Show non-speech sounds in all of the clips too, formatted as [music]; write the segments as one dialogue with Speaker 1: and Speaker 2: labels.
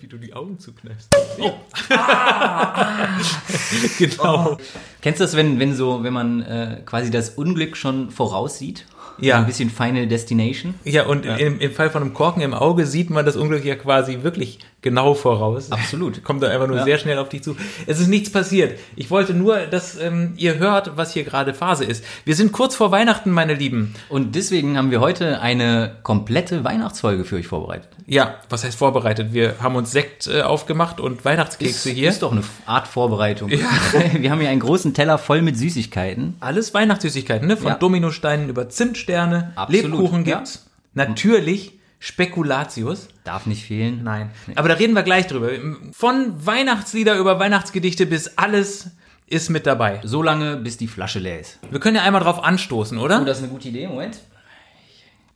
Speaker 1: wie du die Augen zukneifst. Oh.
Speaker 2: Ah.
Speaker 1: [laughs]
Speaker 2: Oh.
Speaker 1: genau.
Speaker 2: Kennst du das, wenn, wenn so, wenn man äh, quasi das Unglück schon voraussieht?
Speaker 1: Ja.
Speaker 2: Ein bisschen Final Destination.
Speaker 1: Ja, und Im, im Fall von einem Korken im Auge sieht man das Unglück ja quasi wirklich genau voraus.
Speaker 2: Absolut.
Speaker 1: Kommt dann einfach nur
Speaker 2: Ja.
Speaker 1: sehr schnell auf dich zu. Es ist nichts passiert. Ich wollte nur, dass ähm, ihr hört, was hier gerade Phase ist. Wir sind kurz vor Weihnachten, meine Lieben.
Speaker 2: Und deswegen haben wir heute eine komplette Weihnachtsfolge für euch vorbereitet.
Speaker 1: Ja, was heißt vorbereitet? Wir haben uns Sekt äh, aufgemacht und Weihnachtskekse hier.
Speaker 2: Ist doch eine Art Vorbereitung. [laughs] Wir haben hier einen großen Teller voll mit Süßigkeiten.
Speaker 1: Alles Weihnachtssüßigkeiten, ne? Von
Speaker 2: Ja.
Speaker 1: Dominosteinen über Zimtsterne,
Speaker 2: Absolut,
Speaker 1: Lebkuchen
Speaker 2: ja.
Speaker 1: gibt's. Natürlich Spekulatius.
Speaker 2: Darf nicht fehlen.
Speaker 1: Nein. Aber da reden wir gleich drüber. Von Weihnachtslieder über Weihnachtsgedichte bis alles ist mit dabei.
Speaker 2: So lange, bis die Flasche leer ist.
Speaker 1: Wir können ja einmal drauf anstoßen, oder?
Speaker 2: Oh, das ist eine gute Idee. Moment.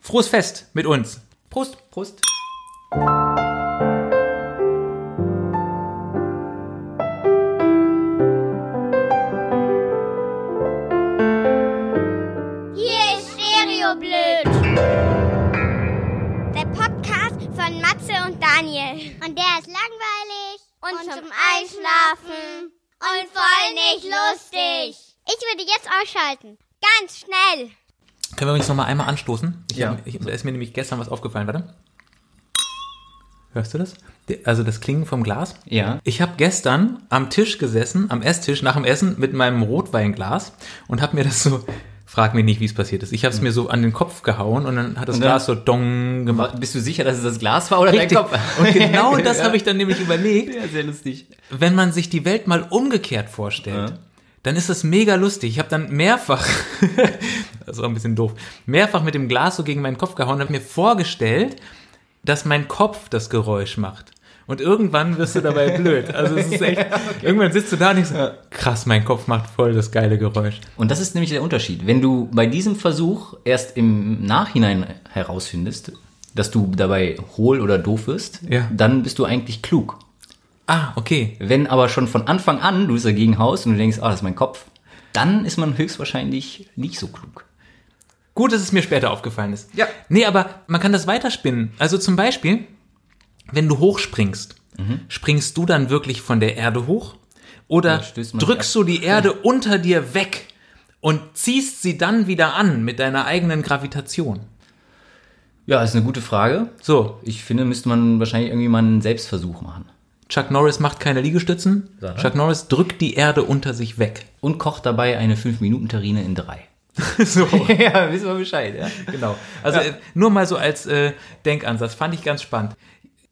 Speaker 1: Frohes Fest mit uns.
Speaker 2: Prost. Prost.
Speaker 3: Hier ist Stereoblöd. Der Podcast von Matze und Daniel. Und der ist langweilig. Und, zum Einschlafen. Und voll nicht lustig. Ich würde jetzt ausschalten. Ganz schnell.
Speaker 1: Können wir uns noch mal einmal anstoßen? Ich
Speaker 2: Ja.
Speaker 1: hab- ich, da ist mir nämlich gestern was aufgefallen, warte. Hörst du das? Die- Also das Klingen vom Glas?
Speaker 2: Ja.
Speaker 1: Ich habe gestern am Tisch gesessen, am Esstisch nach dem Essen mit meinem Rotweinglas und habe mir das so, frag mich nicht, wie es passiert ist. Ich habe es mir so an den Kopf gehauen und dann hat das
Speaker 2: Hm. Und dann-
Speaker 1: Glas so dong gemacht.
Speaker 2: Bist du sicher, dass es das Glas war oder
Speaker 1: Richtig.
Speaker 2: dein [laughs] Kopf?
Speaker 1: Und genau das habe ich dann nämlich überlegt.
Speaker 2: Ja, sehr lustig.
Speaker 1: wenn man sich die Welt mal umgekehrt vorstellt, dann ist das mega lustig. Ich habe dann mehrfach, [laughs] das ist auch ein bisschen doof, mehrfach mit dem Glas so gegen meinen Kopf gehauen und habe mir vorgestellt, dass mein Kopf das Geräusch macht. Und irgendwann wirst du dabei blöd. Also es ist echt, irgendwann sitzt du da und denkst, krass, mein Kopf macht voll das geile Geräusch.
Speaker 2: Und das ist nämlich der Unterschied. Wenn du bei diesem Versuch erst im Nachhinein herausfindest, dass du dabei hohl oder doof wirst,
Speaker 1: Ja.
Speaker 2: dann bist du eigentlich klug.
Speaker 1: Ah, okay.
Speaker 2: Wenn aber schon von Anfang an du es dagegen haust und du denkst, ah, das ist mein Kopf, dann ist man höchstwahrscheinlich nicht so klug.
Speaker 1: Gut, dass es mir später aufgefallen ist.
Speaker 2: Ja.
Speaker 1: Nee, aber man kann das weiterspinnen. Also zum Beispiel, wenn du hochspringst,
Speaker 2: Mhm.
Speaker 1: springst du dann wirklich von der Erde hoch? Oder
Speaker 2: Oder stößt man
Speaker 1: drückst
Speaker 2: sich
Speaker 1: du die Erde unter dir weg und ziehst sie dann wieder an mit deiner eigenen Gravitation?
Speaker 2: Ja, ist eine gute Frage.
Speaker 1: So,
Speaker 2: Ich finde, müsste man wahrscheinlich irgendwie mal einen Selbstversuch machen.
Speaker 1: Chuck Norris macht keine Liegestützen.
Speaker 2: Sag mal.
Speaker 1: Chuck Norris drückt die Erde unter sich weg. [laughs]
Speaker 2: Und kocht dabei eine 5-Minuten-Terrine in 3.
Speaker 1: so,
Speaker 2: [laughs] ja, wissen wir Bescheid, ja.
Speaker 1: genau. Also äh, nur mal so als äh, Denkansatz. Fand ich ganz spannend.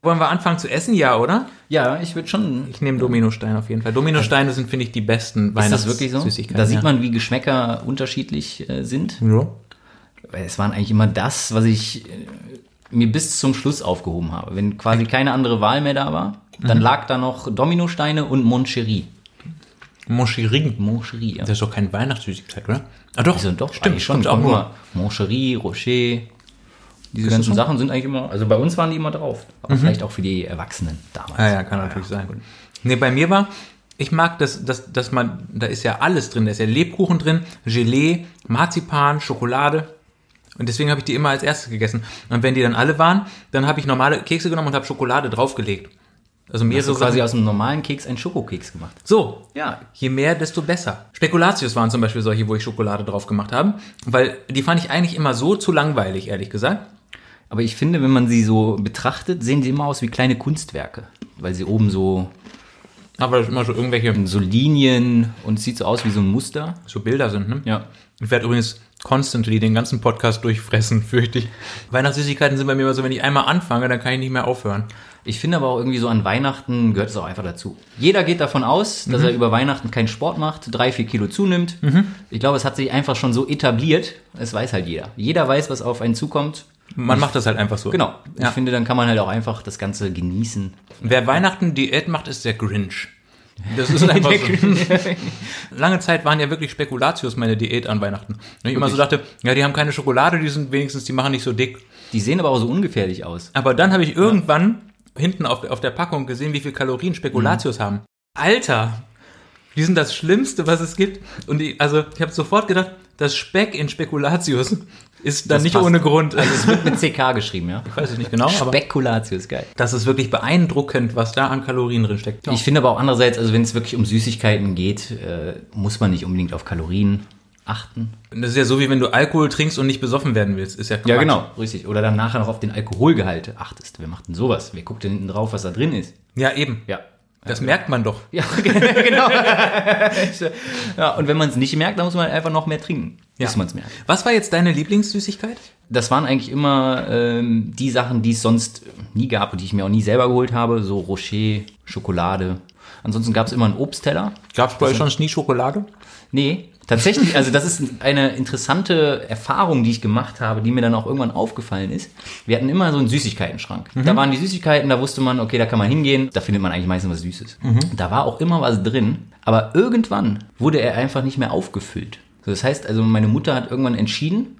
Speaker 1: Wollen wir anfangen zu essen? Ja, oder?
Speaker 2: Ja, ich würde schon.
Speaker 1: Ich nehme Dominostein auf jeden Fall. Dominosteine sind, finde ich, die besten
Speaker 2: Ist das wirklich so?
Speaker 1: Süßigkeiten,
Speaker 2: Da sieht
Speaker 1: ja.
Speaker 2: man, wie Geschmäcker unterschiedlich äh, sind.
Speaker 1: So.
Speaker 2: Weil es waren eigentlich immer das, was ich äh, mir bis zum Schluss aufgehoben habe. Wenn quasi keine andere Wahl mehr da war,
Speaker 1: Mhm.
Speaker 2: dann lag da noch Dominosteine und Moncherie.
Speaker 1: Monchering.
Speaker 2: Moncherie, ja.
Speaker 1: Das ist doch keine Weihnachtssüßigkeit, oder? Ah, doch.
Speaker 2: Also doch,
Speaker 1: stimmt.
Speaker 2: eigentlich schon.
Speaker 1: Kommt auch nur.
Speaker 2: Moncherie, Rocher. Diese
Speaker 1: das
Speaker 2: ganzen
Speaker 1: schon?
Speaker 2: Sachen sind eigentlich immer, also bei uns waren die immer drauf. Aber vielleicht auch für die Erwachsenen damals.
Speaker 1: Ah, ja, kann natürlich sein. Nee, bei mir war, ich mag das, dass, dass man, da ist ja alles drin. Da ist ja Lebkuchen drin, Gelee, Marzipan, Schokolade. Und deswegen habe ich die immer als erstes gegessen. Und wenn die dann alle waren, dann habe ich normale Kekse genommen und habe Schokolade draufgelegt. Also
Speaker 2: Hast du
Speaker 1: mehrere
Speaker 2: quasi
Speaker 1: Sachen.
Speaker 2: aus einem normalen Keks einen Schokokeks gemacht.
Speaker 1: So,
Speaker 2: Ja.
Speaker 1: Je mehr, desto besser. Spekulatius waren zum Beispiel solche, wo ich Schokolade drauf gemacht habe, weil die fand ich eigentlich immer so zu langweilig, ehrlich gesagt.
Speaker 2: Aber ich finde, wenn man sie so betrachtet, sehen sie immer aus wie kleine Kunstwerke. Weil sie oben so,
Speaker 1: Aber das sind immer so irgendwelche
Speaker 2: so Linien und es sieht so aus wie so ein Muster.
Speaker 1: so Bilder sind, ne?
Speaker 2: Ja.
Speaker 1: Ich werde übrigens constantly den ganzen Podcast durchfressen, [laughs] fürchte ich. Weihnachtssüßigkeiten sind bei mir immer so, wenn ich einmal anfange, dann kann ich nicht mehr aufhören.
Speaker 2: Ich finde aber auch irgendwie so an Weihnachten gehört es auch einfach dazu. Jeder geht davon aus, dass
Speaker 1: Mhm.
Speaker 2: er über Weihnachten keinen Sport macht, drei, vier Kilo zunimmt. Ich glaube, es hat sich einfach schon so etabliert. Es weiß halt jeder. Jeder weiß, was auf einen zukommt.
Speaker 1: Man macht das halt einfach so.
Speaker 2: Mhm. Genau.
Speaker 1: Ja.
Speaker 2: Ich finde, dann kann man halt auch einfach das
Speaker 1: [laughs]
Speaker 2: Ganze genießen.
Speaker 1: Wer Weihnachten Diät macht, ist der Grinch. Das
Speaker 2: [laughs]
Speaker 1: ist einfach
Speaker 2: Der
Speaker 1: so. Lange Zeit waren ja wirklich Spekulatius meine Diät an Weihnachten. Und ich immer so dachte, ja, die haben keine Schokolade, die sind wenigstens, die machen nicht so dick.
Speaker 2: Die sehen aber auch so ungefährlich aus.
Speaker 1: Aber dann habe ich irgendwann hinten auf, auf der Packung gesehen, wie viel Kalorien
Speaker 2: Mhm.
Speaker 1: Spekulatius haben. Alter, die sind das Schlimmste, was es gibt. Und die, also ich habe sofort gedacht, das Speck in Spekulatius ist dann
Speaker 2: Das
Speaker 1: nicht
Speaker 2: passt.
Speaker 1: ohne Grund. Also,
Speaker 2: Es wird mit CK geschrieben, ja.
Speaker 1: [laughs] weiß ich nicht genau, aber
Speaker 2: Spekulatius, geil.
Speaker 1: das ist wirklich beeindruckend, was da an Kalorien drin steckt.
Speaker 2: Ich finde aber auch andererseits, also wenn es wirklich um Süßigkeiten geht, äh, muss man nicht unbedingt auf Kalorien achten.
Speaker 1: Das ist ja so, wie wenn du Alkohol trinkst und nicht besoffen werden willst. Ist ja Quatsch.
Speaker 2: genau. Richtig. Oder dann nachher noch auf den Alkoholgehalt achtest. Wer macht denn sowas? Wer guckt denn hinten drauf, was da drin ist?
Speaker 1: Ja, eben.
Speaker 2: Ja.
Speaker 1: Das merkt man doch.
Speaker 2: [laughs] Ja, [laughs] genau. ja, und wenn man es nicht merkt, dann muss man einfach noch mehr trinken,
Speaker 1: Ja.
Speaker 2: bis man es merkt.
Speaker 1: Was war jetzt deine Lieblingssüßigkeit?
Speaker 2: Das waren eigentlich immer ähm, die Sachen, die es sonst nie gab und die ich mir auch nie selber geholt habe. So Rocher, Schokolade. Ansonsten gab es immer einen Obstteller.
Speaker 1: Gab es bei euch schon Schnee Schokolade?
Speaker 2: Nee, tatsächlich, also das ist eine interessante Erfahrung, die ich gemacht habe, die mir dann auch irgendwann aufgefallen ist. Wir hatten immer so einen Süßigkeitenschrank. Da waren die Süßigkeiten, da wusste man, okay, da kann man hingehen, da findet man eigentlich meistens was Süßes. Da war auch immer was drin, aber irgendwann wurde er einfach nicht mehr aufgefüllt. So, das heißt, also meine Mutter hat irgendwann entschieden,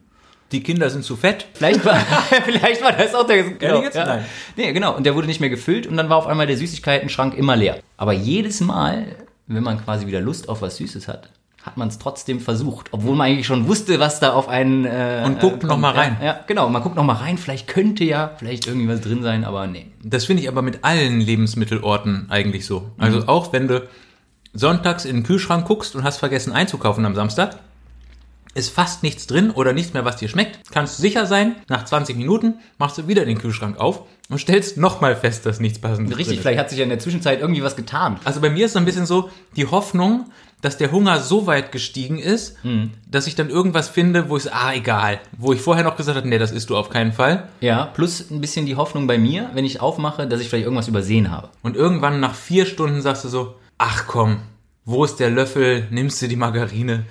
Speaker 1: Die Kinder sind zu fett.
Speaker 2: Vielleicht war, [laughs] vielleicht war das auch der genau,
Speaker 1: jetzt?
Speaker 2: ja.
Speaker 1: Nein.
Speaker 2: Nee, genau. Und der wurde nicht mehr gefüllt und dann war auf einmal der Süßigkeitenschrank immer leer. Aber jedes Mal, wenn man quasi wieder Lust auf was Süßes hat, hat man es trotzdem versucht, obwohl man eigentlich schon wusste, was da auf einen äh,
Speaker 1: Und guckt
Speaker 2: äh,
Speaker 1: noch mal
Speaker 2: kommt.
Speaker 1: rein.
Speaker 2: Ja, ja, genau. Man guckt noch mal rein. Vielleicht könnte ja, vielleicht irgendwie was drin sein, aber nee.
Speaker 1: Das finde ich aber mit allen Lebensmittelorten eigentlich so. Also
Speaker 2: Mhm.
Speaker 1: auch wenn du sonntags in den Kühlschrank guckst und hast vergessen einzukaufen am Samstag, ist fast nichts drin oder nichts mehr, was dir schmeckt, kannst du sicher sein, nach 20 Minuten machst du wieder den Kühlschrank auf und stellst nochmal fest, dass nichts passendes
Speaker 2: Richtig,
Speaker 1: drin ist.
Speaker 2: vielleicht hat sich ja in der Zwischenzeit irgendwie was getan.
Speaker 1: Also bei mir ist so ein bisschen so die Hoffnung, dass der Hunger so weit gestiegen ist,
Speaker 2: Mhm.
Speaker 1: dass ich dann irgendwas finde, wo ich, so, ah, egal, wo ich vorher noch gesagt habe, nee, das isst du auf keinen Fall.
Speaker 2: Ja, plus ein bisschen die Hoffnung bei mir, wenn ich aufmache, dass ich vielleicht irgendwas übersehen habe.
Speaker 1: Und irgendwann nach vier Stunden sagst du so, ach komm, wo ist der Löffel? Nimmst du die Margarine?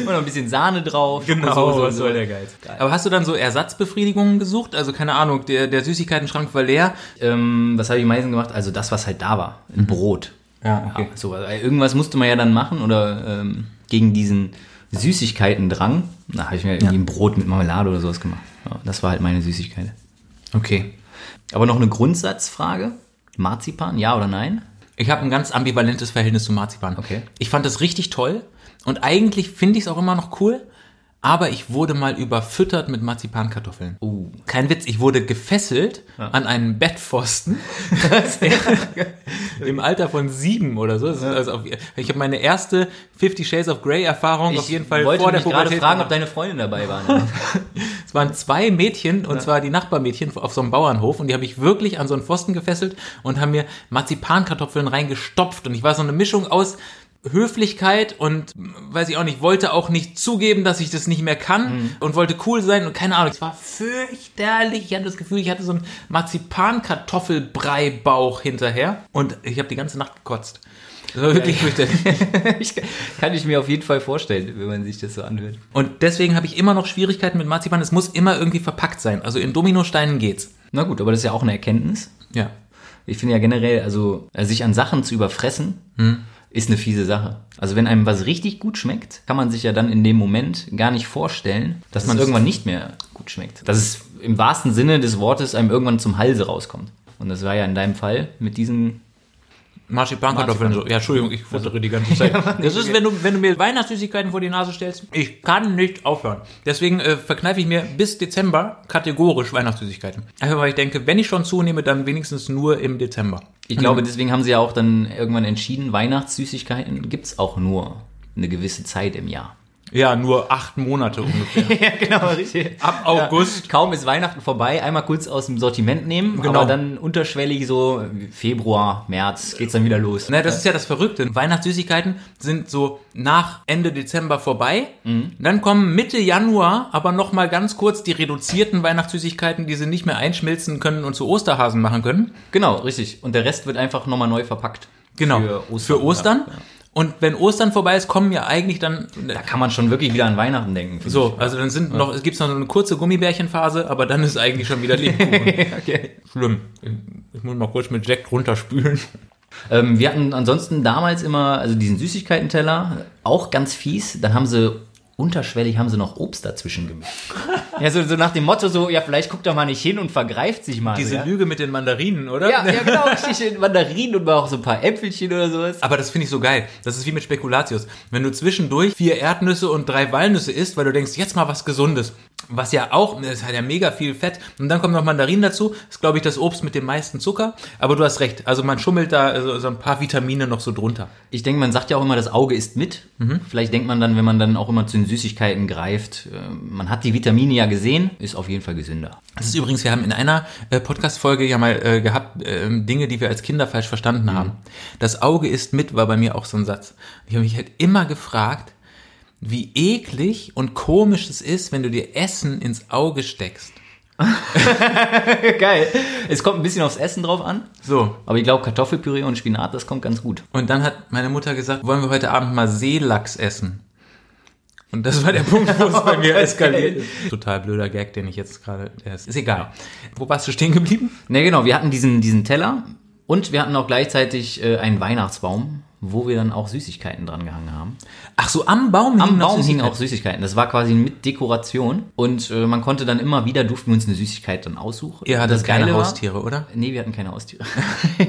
Speaker 2: Und noch ein bisschen Sahne drauf.
Speaker 1: Genau, was soll der
Speaker 2: Geiz. Geil.
Speaker 1: Aber hast du dann so Ersatzbefriedigungen gesucht? Also keine Ahnung, der, der Süßigkeitenschrank war leer.
Speaker 2: Ähm, was habe ich meistens gemacht? Also das, was halt da war. Ein Brot.
Speaker 1: Ja,
Speaker 2: Ja, so, also irgendwas musste man ja dann machen oder ähm, gegen diesen Süßigkeiten-Drang. Da habe ich mir irgendwie ein Brot mit Marmelade oder sowas gemacht. Ja, das war halt meine Süßigkeit.
Speaker 1: Okay.
Speaker 2: Aber noch eine Grundsatzfrage. Marzipan, ja oder nein?
Speaker 1: Ich habe ein ganz ambivalentes Verhältnis zu Marzipan.
Speaker 2: Okay.
Speaker 1: Ich fand das richtig toll und eigentlich finde ich es auch immer noch cool, aber ich wurde mal überfüttert mit Marzipankartoffeln.
Speaker 2: Uh.
Speaker 1: Kein Witz, ich wurde gefesselt an einen Bettpfosten [laughs] im Alter von sieben oder so. Das ist also auf, ich habe meine erste Fifty Shades of Grey Erfahrung auf jeden Fall
Speaker 2: wollte
Speaker 1: vor der
Speaker 2: mich gerade
Speaker 1: Pubertät.
Speaker 2: fragen, ob
Speaker 1: gemacht.
Speaker 2: deine Freundin dabei
Speaker 1: [laughs]
Speaker 2: war.
Speaker 1: Es waren zwei Mädchen und zwar die Nachbarmädchen auf so einem Bauernhof und die habe ich wirklich an so einen Pfosten gefesselt und haben mir Marzipankartoffeln reingestopft und ich war so eine Mischung aus Höflichkeit und mm, weiß ich auch nicht, wollte auch nicht zugeben, dass ich das nicht mehr kann und wollte cool sein und keine Ahnung, es war fürchterlich. Ich hatte das Gefühl, ich hatte so einen Marzipankartoffelbrei-Bauch hinterher und ich habe die ganze Nacht gekotzt. Das war wirklich fürchterlich.
Speaker 2: ich, kann ich mir auf jeden Fall vorstellen, wenn man sich das so anhört.
Speaker 1: Und deswegen habe ich immer noch Schwierigkeiten mit Marzipan. Es muss immer irgendwie verpackt sein. Also in Dominosteinen geht's.
Speaker 2: Na gut, aber das ist ja auch eine Erkenntnis.
Speaker 1: Ja.
Speaker 2: Ich finde ja generell, also äh, sich an Sachen zu überfressen, ist eine fiese Sache. Also wenn einem was richtig gut schmeckt, kann man sich ja dann in dem Moment gar nicht vorstellen, dass man
Speaker 1: ist-
Speaker 2: irgendwann nicht mehr gut schmeckt. Dass es im wahrsten Sinne des Wortes einem irgendwann zum Halse rauskommt. Und das war ja in deinem Fall mit diesen.
Speaker 1: Marzipankartoffeln so. Ja, Entschuldigung, ich futtere die ganze Zeit. Das ist, wenn du, wenn du mir Weihnachtssüßigkeiten vor die Nase stellst, ich kann nicht aufhören. Deswegen äh, verkneife ich mir bis Dezember kategorisch Weihnachtssüßigkeiten. Einfach weil ich denke, wenn ich schon zunehme, dann wenigstens nur im Dezember.
Speaker 2: Ich glaube, deswegen haben sie ja auch dann irgendwann entschieden, Weihnachtssüßigkeiten gibt's auch nur eine gewisse Zeit im Jahr.
Speaker 1: Ja, nur acht Monate ungefähr.
Speaker 2: Ja, genau, richtig.
Speaker 1: Ab August.
Speaker 2: [laughs] Kaum ist Weihnachten vorbei, einmal kurz aus dem Sortiment nehmen,
Speaker 1: Genau.
Speaker 2: aber dann unterschwellig so Februar, März geht's dann wieder los.
Speaker 1: Na, Ne, das ist ja das Verrückte. Weihnachtssüßigkeiten sind so nach Ende Dezember vorbei. Dann kommen Mitte Januar aber nochmal ganz kurz die reduzierten Weihnachtssüßigkeiten, die sie nicht mehr einschmilzen können und zu Osterhasen machen können.
Speaker 2: Genau, richtig. Und der Rest wird einfach nochmal neu verpackt.
Speaker 1: Genau.
Speaker 2: Für Ostern.
Speaker 1: Für Ostern.
Speaker 2: Ja.
Speaker 1: Und wenn Ostern vorbei ist, kommen ja eigentlich dann.
Speaker 2: Da kann man schon wirklich wieder an Weihnachten denken. finde
Speaker 1: So, also dann sind noch, es gibt noch so eine kurze Gummibärchenphase, aber dann ist eigentlich schon wieder Lebkuchen. [laughs]
Speaker 2: ich. Okay.
Speaker 1: Schlimm. Ich muss mal kurz mit Jack runterspülen.
Speaker 2: Ähm, wir hatten ansonsten damals immer, also diesen Süßigkeitenteller, auch ganz fies. Dann haben sie unterschwellig haben sie noch Obst
Speaker 1: [laughs]
Speaker 2: dazwischen gemischt. ja, so, so nach dem Motto so, ja, vielleicht guckt doch mal nicht hin und vergreift sich mal.
Speaker 1: Diese
Speaker 2: so, ja?
Speaker 1: Lüge mit den Mandarinen, oder?
Speaker 2: Ja, ja, genau, richtig. Mandarinen und mal auch so ein paar Äpfelchen oder sowas.
Speaker 1: Aber das finde ich so geil. Das ist wie mit Spekulatius. Wenn du zwischendurch vier Erdnüsse und drei Walnüsse isst, weil du denkst, jetzt mal was Gesundes. Was ja auch, es hat ja mega viel Fett. Und dann kommt noch Mandarinen dazu. Ist, glaube ich, das Obst mit dem meisten Zucker. Aber du hast recht. Also man schummelt da äh, so, so ein paar Vitamine noch so drunter.
Speaker 2: Ich denke, man sagt ja auch immer, das Auge ist mit. Vielleicht denkt man dann, wenn man dann auch immer zu den Süßigkeiten greift, äh, man hat die Vitamine ja gesehen, ist auf jeden Fall gesünder.
Speaker 1: Das ist übrigens, wir haben in einer äh, Podcast-Folge ja mal äh, gehabt, äh, Dinge, die wir als Kinder falsch verstanden haben. Das Auge ist mit war bei mir auch so ein Satz. Ich habe mich halt immer gefragt, wie eklig und komisch es ist, wenn du dir Essen ins Auge steckst.
Speaker 2: Geil. Es kommt ein bisschen aufs Essen drauf an.
Speaker 1: So.
Speaker 2: Aber ich glaube, Kartoffelpüree und Spinat, das kommt ganz gut.
Speaker 1: Und dann hat meine Mutter gesagt, wollen wir heute Abend mal Seelachs essen? Und das war der Punkt, wo es [laughs] bei mir eskaliert ist. Total blöder Gag, den ich jetzt gerade. der Ist ist egal. Wo warst du stehen geblieben?
Speaker 2: Ne, genau, wir hatten diesen, diesen Teller und wir hatten auch gleichzeitig äh, einen Weihnachtsbaum, wo wir dann auch Süßigkeiten dran gehangen haben.
Speaker 1: Ach so, am Baum
Speaker 2: Am
Speaker 1: hingen noch
Speaker 2: Baum hingen
Speaker 1: Süßigkeiten.
Speaker 2: auch Hm, Süßigkeiten. Das war quasi mit Dekoration und äh, man konnte dann immer wieder, durften wir uns eine Süßigkeit dann aussuchen.
Speaker 1: Ihr hattet keine
Speaker 2: Geile war-
Speaker 1: Haustiere, oder?
Speaker 2: Nee, wir hatten keine [laughs] Haustiere.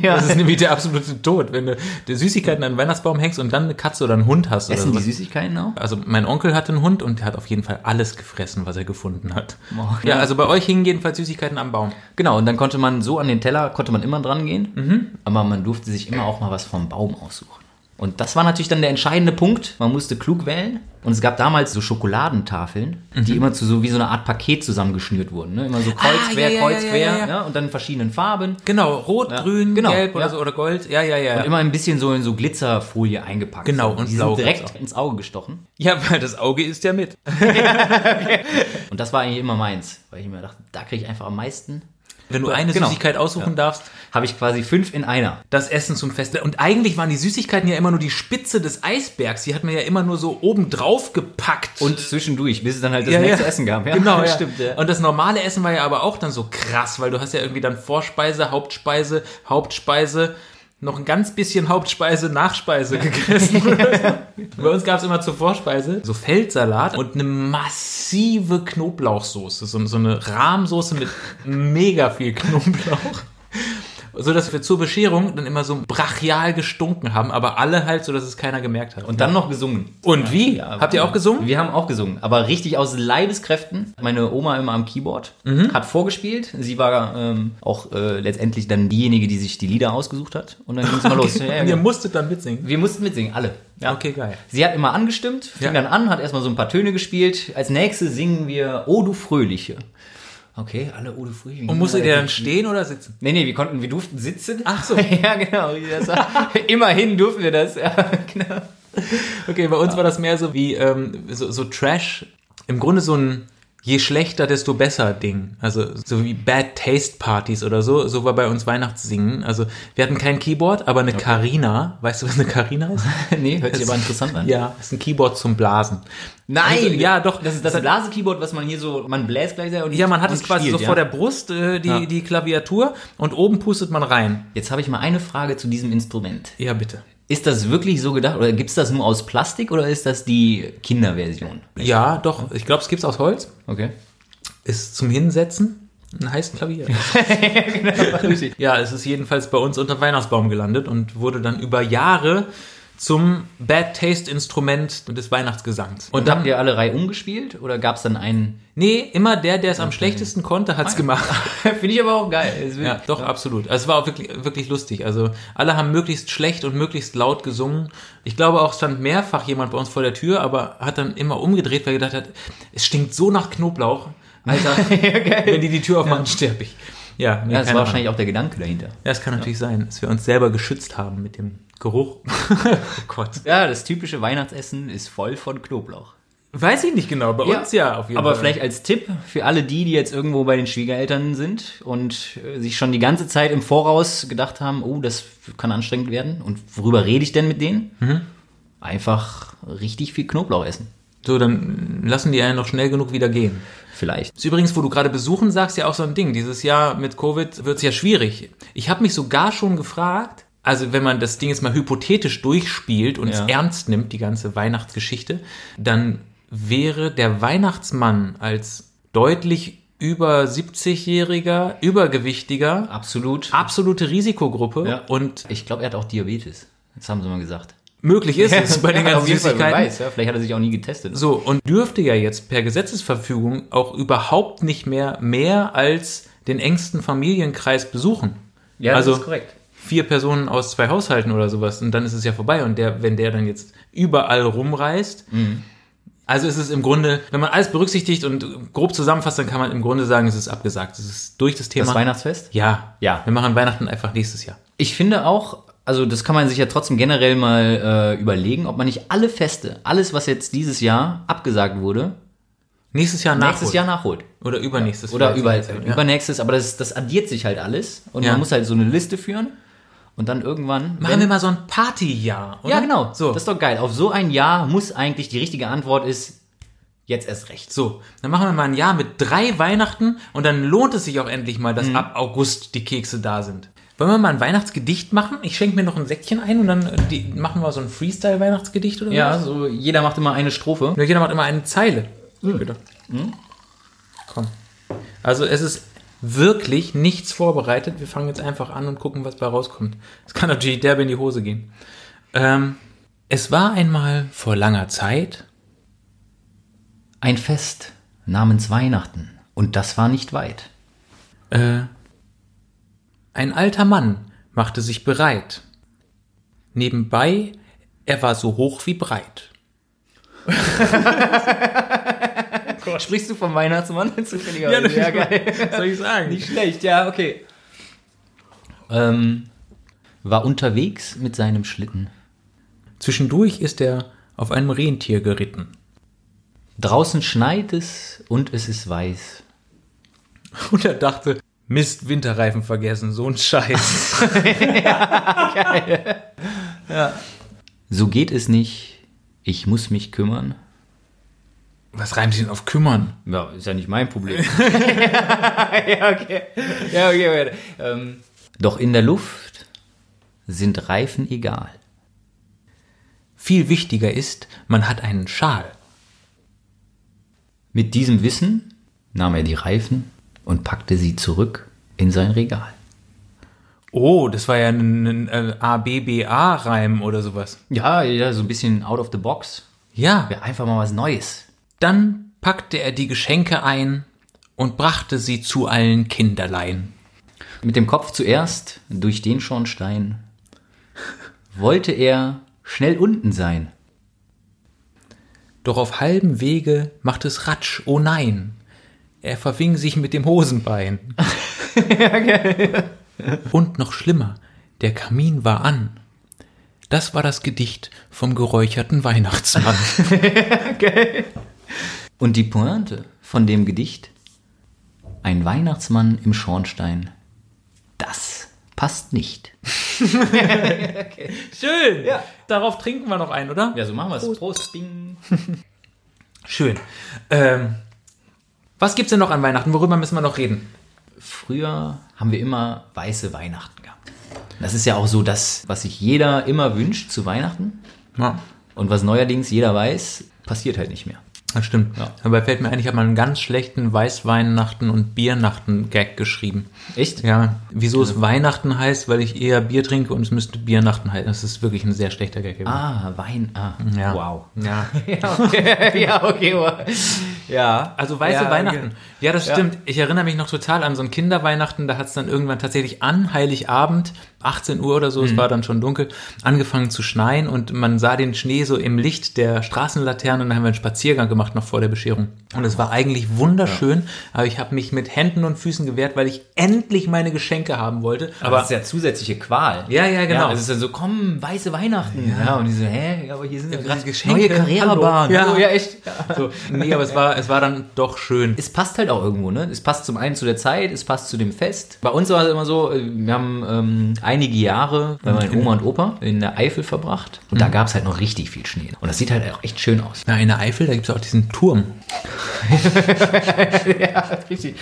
Speaker 2: ja,
Speaker 1: Das ist nämlich der absolute Tod, wenn du die Süßigkeiten an den Weihnachtsbaum hängst und dann eine Katze oder einen Hund hast.
Speaker 2: essen
Speaker 1: oder
Speaker 2: die
Speaker 1: sowas.
Speaker 2: Süßigkeiten auch?
Speaker 1: Also mein Onkel hatte einen Hund und der hat auf jeden Fall alles gefressen, was er gefunden hat.
Speaker 2: Oh,
Speaker 1: ja.
Speaker 2: ja.
Speaker 1: also bei euch hingen jedenfalls Süßigkeiten am Baum.
Speaker 2: Genau, und dann konnte man so an den Teller, konnte man immer dran gehen,
Speaker 1: Mhm.
Speaker 2: aber man durfte sich immer auch mal was vom Baum aussuchen. Und das war natürlich dann der entscheidende Punkt. Man musste klug wählen. Und es gab damals so Schokoladentafeln, die immer zu so wie so eine Art Paket zusammengeschnürt wurden. Ne? Immer so kreuz,
Speaker 1: Mhm. Ah,
Speaker 2: quer,
Speaker 1: ja, ja, ja,
Speaker 2: kreuz,
Speaker 1: ja,
Speaker 2: quer.
Speaker 1: ja, ja.
Speaker 2: Ja, und dann in verschiedenen Farben.
Speaker 1: Genau, rot,
Speaker 2: Ja,
Speaker 1: grün,
Speaker 2: genau,
Speaker 1: gelb oder
Speaker 2: ja.
Speaker 1: so oder gold. Ja, ja, ja.
Speaker 2: Und immer ein bisschen so in so Glitzerfolie eingepackt.
Speaker 1: Genau,
Speaker 2: so.
Speaker 1: und
Speaker 2: die
Speaker 1: blau
Speaker 2: sind
Speaker 1: gab's
Speaker 2: direkt
Speaker 1: auch.
Speaker 2: ins Auge gestochen.
Speaker 1: ja, weil das Auge ist ja mit.
Speaker 2: Und das war eigentlich immer meins, weil ich immer dachte, da kriege ich einfach am meisten.
Speaker 1: Wenn du eine
Speaker 2: Genau.
Speaker 1: Süßigkeit aussuchen darfst,
Speaker 2: Habe ich quasi fünf in einer.
Speaker 1: das Essen zum Fest. Und eigentlich waren die Süßigkeiten ja immer nur die Spitze des Eisbergs. Die hat man ja immer nur so oben drauf gepackt.
Speaker 2: Und zwischendurch, bis es dann halt das
Speaker 1: Ja,
Speaker 2: nächste
Speaker 1: ja.
Speaker 2: Essen gab. Ja, [laughs]
Speaker 1: Genau, ja.
Speaker 2: stimmt. Ja.
Speaker 1: Und das normale Essen war ja aber auch dann so krass, weil du hast ja irgendwie dann Vorspeise, Hauptspeise, Hauptspeise, noch ein ganz bisschen Hauptspeise, Nachspeise gegessen.
Speaker 2: [laughs]
Speaker 1: Bei uns gab es immer zur Vorspeise so Feldsalat und eine massive Knoblauchsoße, so, so eine Rahmsoße
Speaker 2: [laughs]
Speaker 1: mit mega viel Knoblauch. So dass wir zur Bescherung dann immer so brachial gestunken haben, aber alle halt so, dass es keiner gemerkt hat.
Speaker 2: Und dann noch gesungen.
Speaker 1: und wie?
Speaker 2: Ja,
Speaker 1: Habt ihr auch gesungen?
Speaker 2: Wir haben auch gesungen, aber richtig aus Leibeskräften. Meine Oma immer am Keyboard
Speaker 1: Mhm.
Speaker 2: hat vorgespielt. Sie war ähm, auch äh, letztendlich dann diejenige, die sich die Lieder ausgesucht hat. Und dann ging
Speaker 1: [laughs]
Speaker 2: es mal los. Ja, ja,
Speaker 1: Ihr
Speaker 2: genau.
Speaker 1: musstet dann mitsingen.
Speaker 2: Wir mussten mitsingen, alle. Ja.
Speaker 1: Okay, geil.
Speaker 2: Sie hat immer angestimmt, fing
Speaker 1: Ja.
Speaker 2: dann an, hat erstmal so ein paar Töne gespielt. Als nächstes singen wir O du Fröhliche. Okay, alle O du Fröhliche.
Speaker 1: Und musstet ihr dann stehen oder sitzen?
Speaker 2: [laughs] Nee, nee, wir konnten, wir durften sitzen.
Speaker 1: Ach so.
Speaker 2: [laughs] ja, genau. wie das war. [laughs] Immerhin durften wir das. Ja, [laughs] genau.
Speaker 1: Okay, bei uns war das mehr so wie ähm, so, so Trash. Im Grunde so ein je schlechter, desto besser Ding. Also so wie Bad Taste Partys oder so. So war bei uns Weihnachtssingen. Also wir hatten kein Keyboard, aber eine Carina. Weißt du, was eine Carina [laughs] ist?
Speaker 2: Nee, hört sich aber interessant an.
Speaker 1: ja, ist ein Keyboard zum Blasen. Also, ja, doch.
Speaker 2: Das ist das Blase-Keyboard, was man hier so, man bläst gleich sehr und
Speaker 1: Ja, man hat es
Speaker 2: und
Speaker 1: quasi
Speaker 2: spielt,
Speaker 1: so
Speaker 2: ja.
Speaker 1: vor der Brust, äh, die,
Speaker 2: Ja.
Speaker 1: die Klaviatur, und oben pustet man rein.
Speaker 2: Jetzt habe ich mal eine Frage zu diesem Instrument.
Speaker 1: Ja, bitte.
Speaker 2: Ist das wirklich so gedacht oder gibt es das nur aus Plastik oder ist das die Kinderversion?
Speaker 1: Ja, doch. Ich glaube, es gibt's aus Holz.
Speaker 2: Okay.
Speaker 1: Ist zum Hinsetzen ein heißes Klavier. Ja, es ist jedenfalls bei uns unter Weihnachtsbaum gelandet und wurde dann über Jahre zum Bad Taste Instrument des Weihnachtsgesangs. Und
Speaker 2: Und habt
Speaker 1: dann,
Speaker 2: ihr alle Reihe umgespielt oder gab es dann einen?
Speaker 1: nee, immer der, der es am schlechtesten konnte, hat's
Speaker 2: Ah.
Speaker 1: gemacht.
Speaker 2: [laughs] Finde ich aber auch geil. Das will-
Speaker 1: Ja, doch, absolut. Also es war auch wirklich, wirklich lustig. Also alle haben möglichst schlecht und möglichst laut gesungen. Ich glaube auch, es stand mehrfach jemand bei uns vor der Tür, aber hat dann immer umgedreht, weil er gedacht hat, es stinkt so nach Knoblauch. [laughs] Alter, wenn die die Tür aufmachen, sterb ich. Ja, nee,
Speaker 2: Ja,
Speaker 1: keine
Speaker 2: das war
Speaker 1: Ahnung.
Speaker 2: wahrscheinlich auch der Gedanke dahinter.
Speaker 1: Ja, es kann natürlich sein, dass wir uns selber geschützt haben mit dem [laughs] Geruch. oh Gott.
Speaker 2: Ja, das typische Weihnachtsessen ist voll von Knoblauch.
Speaker 1: Weiß ich nicht genau, bei uns ja auf jeden
Speaker 2: aber
Speaker 1: Fall.
Speaker 2: vielleicht als Tipp für alle die, die jetzt irgendwo bei den Schwiegereltern sind und äh, sich schon die ganze Zeit im Voraus gedacht haben, oh, das kann anstrengend werden und worüber rede ich denn mit denen?
Speaker 1: Mhm.
Speaker 2: Einfach richtig viel Knoblauch essen.
Speaker 1: So, dann lassen die einen noch schnell genug wieder gehen.
Speaker 2: Vielleicht.
Speaker 1: Ist übrigens, wo du gerade besuchen sagst, ja auch so ein Ding. Dieses Jahr mit Covid wird's ja schwierig. Ich habe mich sogar schon gefragt, also wenn man das Ding jetzt mal hypothetisch durchspielt und
Speaker 2: Ja.
Speaker 1: es ernst nimmt, die ganze Weihnachtsgeschichte, dann wäre der Weihnachtsmann als deutlich über 70-jähriger, übergewichtiger,
Speaker 2: Absolut.
Speaker 1: absolute Risikogruppe
Speaker 2: Ja.
Speaker 1: und
Speaker 2: Ah. Ich glaube, er hat auch Diabetes. Das haben sie
Speaker 1: [laughs]
Speaker 2: mal gesagt.
Speaker 1: möglich ist
Speaker 2: [laughs]
Speaker 1: es bei den
Speaker 2: Ja,
Speaker 1: ganzen
Speaker 2: auf jeden Fall, wer
Speaker 1: Süßigkeiten.
Speaker 2: weiß, ja, vielleicht hat er sich auch nie getestet.
Speaker 1: So, und dürfte ja jetzt per Gesetzesverfügung auch überhaupt nicht mehr mehr als den engsten Familienkreis besuchen.
Speaker 2: Ja,
Speaker 1: also
Speaker 2: korrekt.
Speaker 1: vier Personen aus zwei Haushalten oder sowas und dann ist es ja vorbei. Und der, wenn der dann jetzt überall rumreist,
Speaker 2: Mhm.
Speaker 1: also ist es im Grunde, wenn man alles berücksichtigt und grob zusammenfasst, dann kann man im Grunde sagen, es ist abgesagt. Es ist durch das Thema.
Speaker 2: Das Weihnachtsfest?
Speaker 1: ja,
Speaker 2: Ja.
Speaker 1: Wir machen Weihnachten einfach nächstes Jahr.
Speaker 2: Ich finde auch, also das kann man sich ja trotzdem generell mal äh, überlegen, ob man nicht alle Feste, alles, was jetzt dieses Jahr abgesagt wurde,
Speaker 1: Nächstes Jahr nachholen.
Speaker 2: nächstes Jahr nachholt.
Speaker 1: Oder übernächstes.
Speaker 2: Oder
Speaker 1: vielleicht.
Speaker 2: über,
Speaker 1: Ja.
Speaker 2: übernächstes, aber das, das addiert sich halt alles und
Speaker 1: Ja.
Speaker 2: man muss halt so eine Liste führen und dann irgendwann.
Speaker 1: Machen wir mal so ein Partyjahr, oder?
Speaker 2: ja, genau.
Speaker 1: So.
Speaker 2: Das ist doch geil. Auf so ein Jahr muss eigentlich die richtige Antwort ist, jetzt erst recht.
Speaker 1: So, dann machen wir mal ein Jahr mit drei Weihnachten und dann lohnt es sich auch endlich mal,
Speaker 2: Mhm.
Speaker 1: dass ab August die Kekse da sind. Wollen wir mal ein Weihnachtsgedicht machen? Ich schenke mir noch ein Säckchen ein und dann äh, die, machen wir so ein Freestyle-Weihnachtsgedicht oder
Speaker 2: Ja,
Speaker 1: was?
Speaker 2: so jeder macht immer eine Strophe.
Speaker 1: Nur jeder macht immer eine Zeile.
Speaker 2: Hm.
Speaker 1: Bitte. Komm. Also es ist wirklich nichts vorbereitet. Wir fangen jetzt einfach an und gucken, was bei rauskommt. Es kann natürlich derbe in die Hose gehen. Ähm, es war einmal vor langer Zeit,
Speaker 2: Ein Fest namens Weihnachten. Und das war nicht weit.
Speaker 1: Äh, ein alter Mann machte sich bereit. Nebenbei, er war so hoch wie breit.
Speaker 2: Sprichst du vom Weihnachtsmann? [laughs] Zufälligerweise. Ja, geil.
Speaker 1: [laughs] soll ich sagen?
Speaker 2: Nicht schlecht, ja, okay. Ähm, war unterwegs mit seinem Schlitten.
Speaker 1: Zwischendurch ist er auf einem Rentier geritten. [laughs]
Speaker 2: Draußen schneit es und es ist weiß.
Speaker 1: Und er dachte, Mist, Winterreifen vergessen, so ein Scheiß.
Speaker 2: So geht es nicht. Ich muss mich kümmern.
Speaker 1: Was reimt sich denn auf kümmern?
Speaker 2: Ja, ist ja nicht mein Problem. [laughs] ja, okay. Ja, okay, warte. Ähm. Doch in der Luft sind Reifen egal.
Speaker 1: Viel wichtiger ist, man hat einen Schal.
Speaker 2: Mit diesem Wissen nahm er die Reifen und packte sie zurück in sein Regal.
Speaker 1: Oh, das war ja ein, ein, äh, ABBA-Reim oder sowas.
Speaker 2: Ja, ja, so ein bisschen out of the box.
Speaker 1: Ja,
Speaker 2: Ja, einfach mal was Neues.
Speaker 1: Dann packte er die Geschenke ein und brachte sie zu allen Kinderlein.
Speaker 2: Mit dem Kopf zuerst durch den Schornstein wollte er schnell unten sein.
Speaker 1: Doch auf halbem Wege machte es Ratsch, oh nein. Er verfing sich mit dem Hosenbein. und noch schlimmer, der Kamin war an. Das war das Gedicht vom geräucherten Weihnachtsmann.
Speaker 2: Und die Pointe von dem Gedicht Ein Weihnachtsmann im Schornstein. Das passt nicht.
Speaker 1: Schön! Darauf trinken wir noch einen, oder?
Speaker 2: Ja, so machen wir es. Prost. Bing.
Speaker 1: Schön. Ähm, was gibt's denn noch an Weihnachten? Worüber müssen wir noch reden?
Speaker 2: Früher haben wir immer weiße Weihnachten gehabt. Das ist ja auch so das, was sich jeder immer wünscht zu Weihnachten.
Speaker 1: Ja.
Speaker 2: Und was neuerdings jeder weiß, passiert halt nicht mehr.
Speaker 1: Das stimmt.
Speaker 2: Ja.
Speaker 1: Dabei fällt mir ein, ich habe mal einen ganz schlechten Weißweihnachten und Biernachten-Gag geschrieben.
Speaker 2: Echt?
Speaker 1: Ja, wieso es Weihnachten heißt, weil ich eher Bier trinke und es müsste Biernachten heißen. Das ist wirklich ein sehr schlechter Gag. gewesen.
Speaker 2: Ah, Wein. Ah,
Speaker 1: ja.
Speaker 2: wow.
Speaker 1: Ja.
Speaker 2: [laughs] ja, okay. wow. Ja.
Speaker 1: Also weiße
Speaker 2: Ja,
Speaker 1: Weihnachten.
Speaker 2: okay.
Speaker 1: Ja, das stimmt. Ich erinnere mich noch total an so ein Kinderweihnachten. Da hat es dann irgendwann tatsächlich an Heiligabend, 18 Uhr oder so,
Speaker 2: Mhm.
Speaker 1: es war dann schon dunkel, angefangen zu schneien und man sah den Schnee so im Licht der Straßenlaterne. Und dann haben wir einen Spaziergang gemacht noch vor der Bescherung. Und es war eigentlich wunderschön, aber ich habe mich mit Händen und Füßen gewehrt, weil ich endlich meine Geschenke haben wollte.
Speaker 2: Aber
Speaker 1: Aber
Speaker 2: Ah, das ist ja zusätzliche Qual.
Speaker 1: Ja, ja, genau.
Speaker 2: es ist ja so, komm, weiße Weihnachten. Ja, und die so, hä, aber hier sind ja gerade
Speaker 1: Geschenke.
Speaker 2: Neue Karrierebahn.
Speaker 1: Hallo. Ja.
Speaker 2: Hallo, ja echt.
Speaker 1: so, nee,
Speaker 2: [laughs]
Speaker 1: aber es war, es war dann doch schön.
Speaker 2: Es passt halt auch irgendwo, ne? Es passt zum einen zu der Zeit, es passt zu dem Fest. Bei uns war es immer so, äh, wir haben ähm, einige Jahre bei meinen Oma und Opa in der Eifel verbracht. Und
Speaker 1: Mhm.
Speaker 2: da gab es halt noch richtig viel Schnee. Und das sieht halt auch echt schön aus.
Speaker 1: Na, in der Eifel, da gibt es auch diesen Turm.
Speaker 2: Richtig.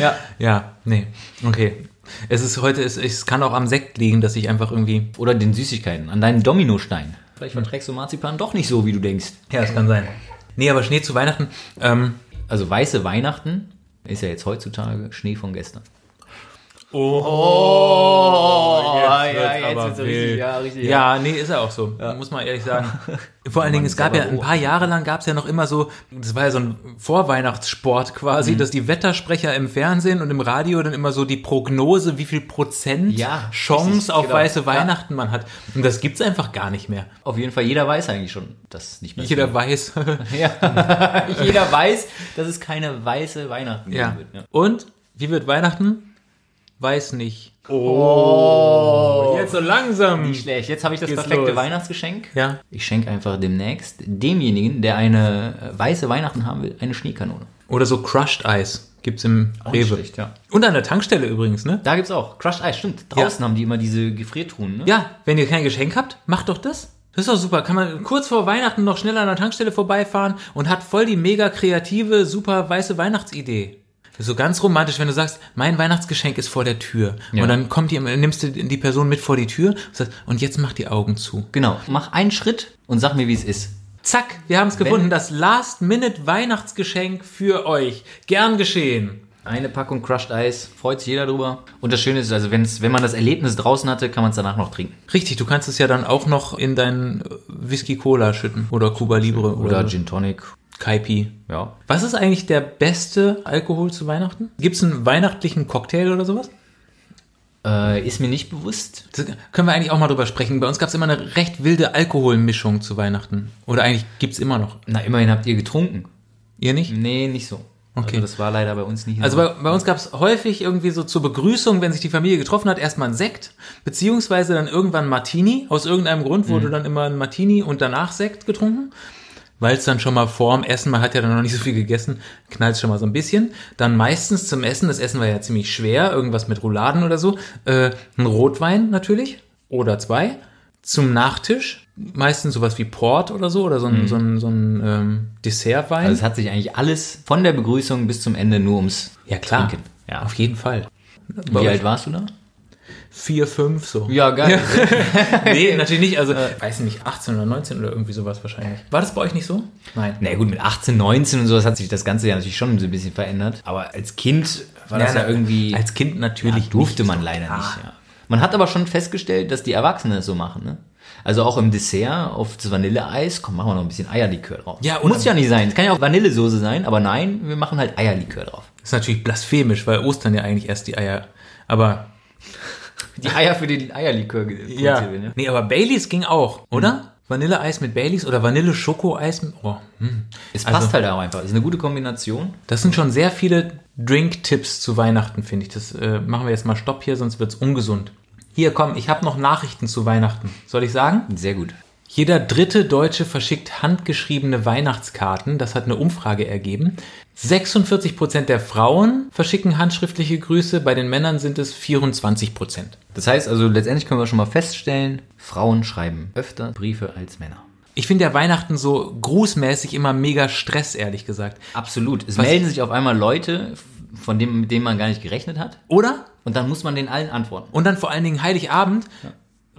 Speaker 2: Ja.
Speaker 1: Ja, nee. Okay. Es ist heute, es, es kann auch am Sekt liegen, dass ich einfach irgendwie.
Speaker 2: Oder den Süßigkeiten, an deinen Dominostein. Vielleicht verträgst du Marzipan doch nicht so, wie du denkst.
Speaker 1: Ja, es kann sein. Nee, aber Schnee zu Weihnachten. Ähm,
Speaker 2: Also weiße Weihnachten ist ja jetzt heutzutage Schnee von gestern.
Speaker 1: Oh,
Speaker 2: Ah, ja, jetzt wird's richtig,
Speaker 1: wild.
Speaker 2: ja, richtig,
Speaker 1: Ja, nee, ist ja auch so, muss man ehrlich
Speaker 2: [laughs]
Speaker 1: sagen. Vor allen Dingen, es gab
Speaker 2: aber
Speaker 1: ja ein
Speaker 2: roh.
Speaker 1: paar Jahre lang gab es ja noch immer so, das war ja so ein Vorweihnachtssport quasi,
Speaker 2: Mhm.
Speaker 1: dass die Wettersprecher im Fernsehen und im Radio dann immer so die Prognose, wie viel Prozent
Speaker 2: Ja,
Speaker 1: Chance
Speaker 2: richtig,
Speaker 1: auf
Speaker 2: genau.
Speaker 1: weiße
Speaker 2: Ja.
Speaker 1: Weihnachten man hat. Und das gibt's einfach gar nicht mehr.
Speaker 2: Auf jeden Fall, jeder weiß eigentlich schon, dass nicht mehr
Speaker 1: Jeder weiß. [laughs]
Speaker 2: [laughs] Ja. jeder weiß, dass es keine weiße Weihnachten geben
Speaker 1: ja.
Speaker 2: wird. Ja.
Speaker 1: ne? Und wie wird Weihnachten? Weiß nicht. Oh, jetzt so langsam.
Speaker 2: Nicht schlecht. Jetzt habe ich das
Speaker 1: Geht's
Speaker 2: perfekte
Speaker 1: los.
Speaker 2: Weihnachtsgeschenk.
Speaker 1: Ja.
Speaker 2: Ich schenke einfach demnächst demjenigen, der eine äh, weiße Weihnachten haben will, eine Schneekanone.
Speaker 1: Oder so Crushed Eis gibt's im
Speaker 2: nicht
Speaker 1: Rewe.
Speaker 2: schlecht, ja.
Speaker 1: Und an der Tankstelle übrigens, ne?
Speaker 2: Da gibt's auch. Crushed Eis, stimmt. Draußen haben die immer diese Gefriertruhen, ne?
Speaker 1: Ja, wenn ihr kein Geschenk habt, macht doch das. Das ist doch super. Kann man kurz vor Weihnachten noch schnell an der Tankstelle vorbeifahren und hat voll die mega kreative, super weiße Weihnachtsidee. Das ist so ganz romantisch, wenn du sagst, mein Weihnachtsgeschenk ist vor der Tür.
Speaker 2: Ja.
Speaker 1: Und dann kommt die, nimmst du die Person mit vor die Tür und sagst, und jetzt mach die Augen zu.
Speaker 2: Genau. Mach einen Schritt und sag mir, wie es ist.
Speaker 1: Zack, wir haben es gefunden.
Speaker 2: Wenn-
Speaker 1: Das Last-Minute-Weihnachtsgeschenk für euch. Gern geschehen.
Speaker 2: Eine Packung Crushed Eis, freut sich jeder drüber. Und das Schöne ist, also wenn's, wenn man das Erlebnis draußen hatte, kann man es danach noch trinken.
Speaker 1: Richtig, du kannst es ja dann auch noch in deinen äh, Whisky Cola schütten oder Cuba Libre oder,
Speaker 2: Oder
Speaker 1: oder
Speaker 2: Gin Tonic.
Speaker 1: Kaipi.
Speaker 2: Ja.
Speaker 1: Was ist eigentlich der beste Alkohol zu Weihnachten? Gibt es einen weihnachtlichen Cocktail oder sowas?
Speaker 2: Äh, ist mir nicht bewusst.
Speaker 1: Das können wir eigentlich auch mal drüber sprechen. Bei uns gab es immer eine recht wilde Alkoholmischung zu Weihnachten. Oder eigentlich gibt es immer noch.
Speaker 2: Na, immerhin habt ihr getrunken.
Speaker 1: Ihr nicht?
Speaker 2: Nee, nicht so.
Speaker 1: Okay.
Speaker 2: Also das war leider bei uns nicht
Speaker 1: Also
Speaker 2: so.
Speaker 1: bei, bei uns gab es häufig irgendwie so zur Begrüßung, wenn sich die Familie getroffen hat, erstmal ein Sekt, beziehungsweise dann irgendwann Martini. Aus irgendeinem Grund
Speaker 2: Mhm.
Speaker 1: wurde dann immer ein Martini und danach Sekt getrunken. Weil es dann schon mal vorm Essen, man hat ja dann noch nicht so viel gegessen, knallt schon mal so ein bisschen. Dann meistens zum Essen, das Essen war ja ziemlich schwer, irgendwas mit Rouladen oder so, äh, ein Rotwein natürlich oder zwei. Zum Nachtisch meistens sowas wie Port oder so oder so ein, so ein, so ein ähm, Dessertwein.
Speaker 2: Mhm. Also es hat sich eigentlich alles von der Begrüßung bis zum Ende nur ums
Speaker 1: ja klar,
Speaker 2: Trinken. Ja.
Speaker 1: auf jeden Fall. Bei
Speaker 2: Wie
Speaker 1: euch?
Speaker 2: alt warst du da?
Speaker 1: vier, fünf so.
Speaker 2: [laughs] Ja, geil.
Speaker 1: Nee, natürlich nicht. Also, weiß nicht, 18 oder 19 oder irgendwie sowas wahrscheinlich. War das bei euch nicht so? Nein.
Speaker 2: Na gut, mit 18, 19 und sowas hat sich das Ganze ja natürlich schon so ein bisschen verändert. Aber als Kind war das ja, irgendwie.
Speaker 1: Als Kind natürlich.
Speaker 2: ja, durfte
Speaker 1: nicht.
Speaker 2: man leider
Speaker 1: Ah.
Speaker 2: nicht. Ja. Man hat aber schon festgestellt, dass die Erwachsenen das so machen. Ne? Also auch im Dessert auf das Vanilleeis, komm, machen wir noch ein bisschen Eierlikör drauf.
Speaker 1: Ja, oder-
Speaker 2: muss ja nicht sein. Es kann ja auch Vanillesoße sein, aber nein, wir machen halt Eierlikör drauf.
Speaker 1: Ist natürlich blasphemisch, weil Ostern ja eigentlich erst die Eier. Aber.
Speaker 2: Die Eier für den Eierlikör. ge- produzieren, ne?
Speaker 1: Nee, aber Baileys ging auch, oder? Vanilleeis mit Baileys oder Vanille-Schoko-Eis mit. Oh, hm.
Speaker 2: Es
Speaker 1: Also-
Speaker 2: passt halt auch einfach. Ist eine gute Kombination.
Speaker 1: Das sind schon sehr viele Drink-Tipps zu Weihnachten, finde ich. Das äh, machen wir jetzt mal Stopp hier, sonst wird's ungesund. Hier, komm, ich habe noch Nachrichten zu Weihnachten. Soll ich sagen?
Speaker 2: Sehr gut.
Speaker 1: Jeder dritte Deutsche verschickt handgeschriebene Weihnachtskarten. Das hat eine Umfrage ergeben. 46 Prozent der Frauen verschicken handschriftliche Grüße. Bei den Männern sind es 24 Prozent.
Speaker 2: Das heißt also, letztendlich können wir schon mal feststellen, Frauen schreiben öfter Briefe als Männer.
Speaker 1: Ich finde ja Weihnachten so grußmäßig immer mega Stress, ehrlich gesagt.
Speaker 2: Absolut. Es
Speaker 1: Was-
Speaker 2: melden sich auf einmal Leute, von dem, mit denen man gar nicht gerechnet hat.
Speaker 1: Oder?
Speaker 2: Und dann muss man den allen antworten.
Speaker 1: Und dann vor allen Dingen Heiligabend.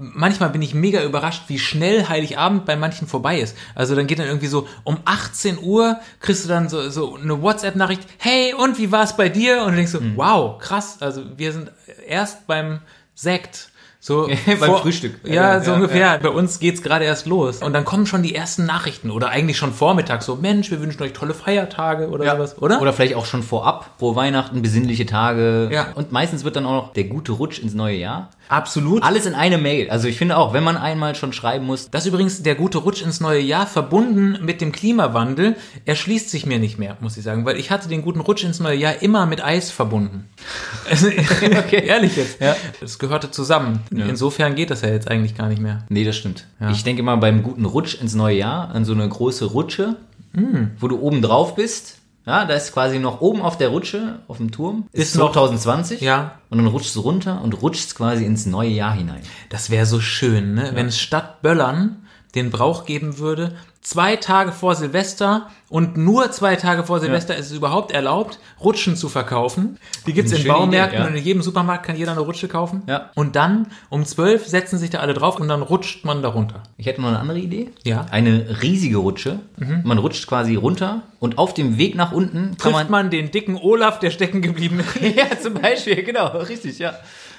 Speaker 1: Manchmal bin ich mega überrascht, wie schnell Heiligabend bei manchen vorbei ist. Also dann geht dann irgendwie so um 18 Uhr kriegst du dann so, so eine WhatsApp-Nachricht, hey, und wie war es bei dir? Und du denkst so,
Speaker 2: Mhm.
Speaker 1: wow, krass, also wir sind erst beim Sekt. So
Speaker 2: [laughs] Beim Frühstück.
Speaker 1: Ja,
Speaker 2: Ja,
Speaker 1: so
Speaker 2: ja,
Speaker 1: ungefähr. Bei uns geht's gerade erst los. Und dann kommen schon die ersten Nachrichten oder eigentlich schon vormittags so, Mensch, wir wünschen euch tolle Feiertage oder sowas, oder?
Speaker 2: [laughs] Oder vielleicht auch schon vorab, pro Weihnachten, besinnliche Tage.
Speaker 1: Ja.
Speaker 2: Und meistens wird dann auch noch der gute Rutsch ins neue Jahr.
Speaker 1: Absolut.
Speaker 2: Alles in eine Mail. Also ich finde auch, wenn man einmal schon schreiben muss,
Speaker 1: Dass übrigens der gute Rutsch ins neue Jahr verbunden mit dem Klimawandel erschließt sich mir nicht mehr, muss ich sagen, weil ich hatte den guten Rutsch ins neue Jahr immer mit Eis verbunden. [laughs] Also, Ehrlich jetzt.
Speaker 2: Ja.
Speaker 1: Das gehörte zusammen. Insofern geht das ja jetzt eigentlich gar nicht mehr.
Speaker 2: nee, das stimmt. Ich denke immer beim guten Rutsch ins neue Jahr an so eine große Rutsche,
Speaker 1: Hm.
Speaker 2: wo du oben drauf bist. Ja, da ist quasi noch oben auf der Rutsche, auf dem Turm, ist
Speaker 1: Ist noch-
Speaker 2: 2020.
Speaker 1: Ja.
Speaker 2: Und dann rutschst du runter und rutschst quasi ins neue Jahr hinein.
Speaker 1: Das wäre so schön, ne? wenn es statt Böllern den Brauch geben würde, zwei Tage vor Silvester und nur zwei Tage vor Silvester ist es überhaupt erlaubt, Rutschen zu verkaufen. Die gibt's
Speaker 2: Eine
Speaker 1: in
Speaker 2: schöne
Speaker 1: Baumärkten
Speaker 2: Idee, ja.
Speaker 1: und in jedem Supermarkt kann jeder eine Rutsche kaufen.
Speaker 2: Ja.
Speaker 1: Und dann um zwölf setzen sich da alle drauf und dann rutscht man da runter.
Speaker 2: Ich hätte noch eine andere Idee.
Speaker 1: Ja. Mhm.
Speaker 2: Eine riesige Rutsche. Man rutscht quasi runter und auf dem Weg nach unten kann
Speaker 1: Trifft
Speaker 2: man,
Speaker 1: man, den dicken Olaf, der stecken geblieben ist.
Speaker 2: [laughs] Ja, zum Beispiel, genau, richtig, ja.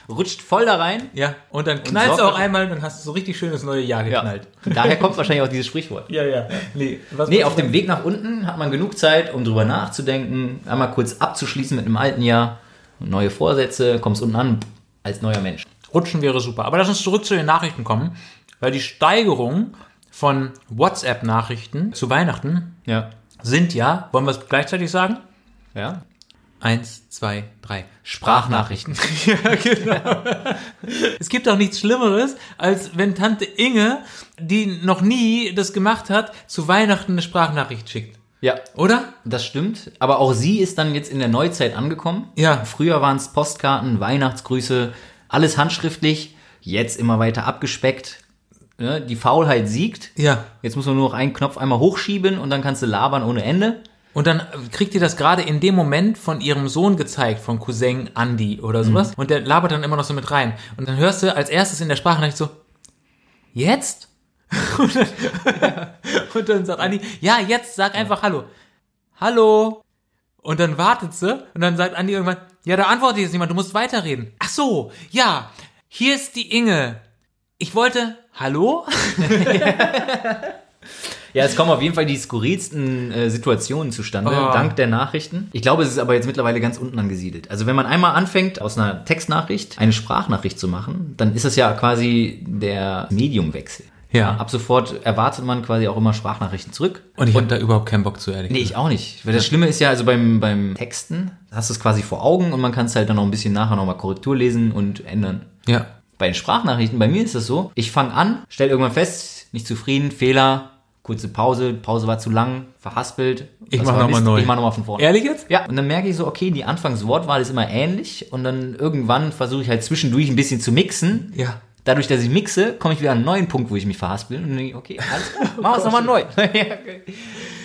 Speaker 2: Rutscht voll da rein.
Speaker 1: Ja, und dann knallst du
Speaker 2: sorgt-
Speaker 1: auch einmal, dann hast du so richtig schönes neue Jahr geknallt.
Speaker 2: [laughs] Daher kommt wahrscheinlich auch dieses Sprichwort.
Speaker 1: Ja, ja. Nee, was
Speaker 2: Nee, auf dem Weg nach unten hat man genug Zeit, um drüber nachzudenken, einmal kurz abzuschließen mit einem alten Jahr. Neue Vorsätze, kommst unten an als neuer Mensch.
Speaker 1: Rutschen wäre super. Aber lass uns zurück zu den Nachrichten kommen, weil die Steigerung von WhatsApp-Nachrichten zu Weihnachten
Speaker 2: Ja.
Speaker 1: sind ja, wollen wir es gleichzeitig sagen?
Speaker 2: Ja.
Speaker 1: Eins, zwei, drei.
Speaker 2: Sprachnachrichten.
Speaker 1: [laughs] Ja, genau. es gibt auch nichts Schlimmeres, als wenn Tante Inge, die noch nie das gemacht hat, zu Weihnachten eine Sprachnachricht schickt.
Speaker 2: Ja,
Speaker 1: Oder?
Speaker 2: das stimmt. Aber auch sie ist dann jetzt in der Neuzeit angekommen.
Speaker 1: Ja.
Speaker 2: Früher waren es Postkarten, Weihnachtsgrüße, alles handschriftlich. Jetzt immer weiter abgespeckt. Ne? Die Faulheit siegt.
Speaker 1: Ja.
Speaker 2: Jetzt muss man nur noch einen Knopf einmal hochschieben und dann kannst du labern ohne Ende.
Speaker 1: Und dann kriegt ihr das gerade in dem Moment von ihrem Sohn gezeigt, von Cousin Andy oder sowas. Und der labert dann immer noch so mit rein. Und dann hörst du als erstes in der Sprachnachricht so, jetzt? [laughs] und, dann, und dann sagt Andi, ja, jetzt sag einfach Hallo. Hallo. Und dann wartet sie und dann sagt Andi irgendwann, ja, da antwortet jetzt niemand, du musst weiterreden. Ach so, ja, hier ist die Inge. Ich wollte, hallo?
Speaker 2: Ja, es kommen auf jeden Fall die skurrilsten äh, Situationen zustande,
Speaker 1: Oh.
Speaker 2: dank der Nachrichten. Ich glaube, es ist aber jetzt mittlerweile ganz unten angesiedelt. Also wenn man einmal anfängt, aus einer Textnachricht eine Sprachnachricht zu machen, dann ist es ja quasi der Mediumwechsel.
Speaker 1: Ja.
Speaker 2: Ab sofort erwartet man quasi auch immer Sprachnachrichten zurück.
Speaker 1: Und ich habe da überhaupt keinen Bock zu, ehrlich
Speaker 2: Nee, ich auch nicht. Weil das Schlimme ist ja, also beim, beim Texten hast du es quasi vor Augen und man kann es halt dann noch ein bisschen nachher nochmal Korrektur lesen und ändern.
Speaker 1: Ja.
Speaker 2: Bei den Sprachnachrichten, bei mir ist es so, ich fange an, stelle irgendwann fest, nicht zufrieden, Fehler, kurze Pause, Pause war zu lang, verhaspelt.
Speaker 1: Ich
Speaker 2: was
Speaker 1: mach
Speaker 2: war
Speaker 1: noch mal
Speaker 2: Mist,
Speaker 1: neu.
Speaker 2: Ich mach nochmal von vorne.
Speaker 1: Ehrlich jetzt?
Speaker 2: Ja, und dann merke ich so, okay, die Anfangswortwahl ist immer ähnlich und dann irgendwann versuche ich halt zwischendurch ein bisschen zu mixen.
Speaker 1: Ja.
Speaker 2: Dadurch, dass ich mixe, komme ich wieder an einen neuen Punkt, wo ich mich verhaspel und dann denke ich, okay,
Speaker 1: [laughs]
Speaker 2: alles klar, machen wir es nochmal neu. [laughs]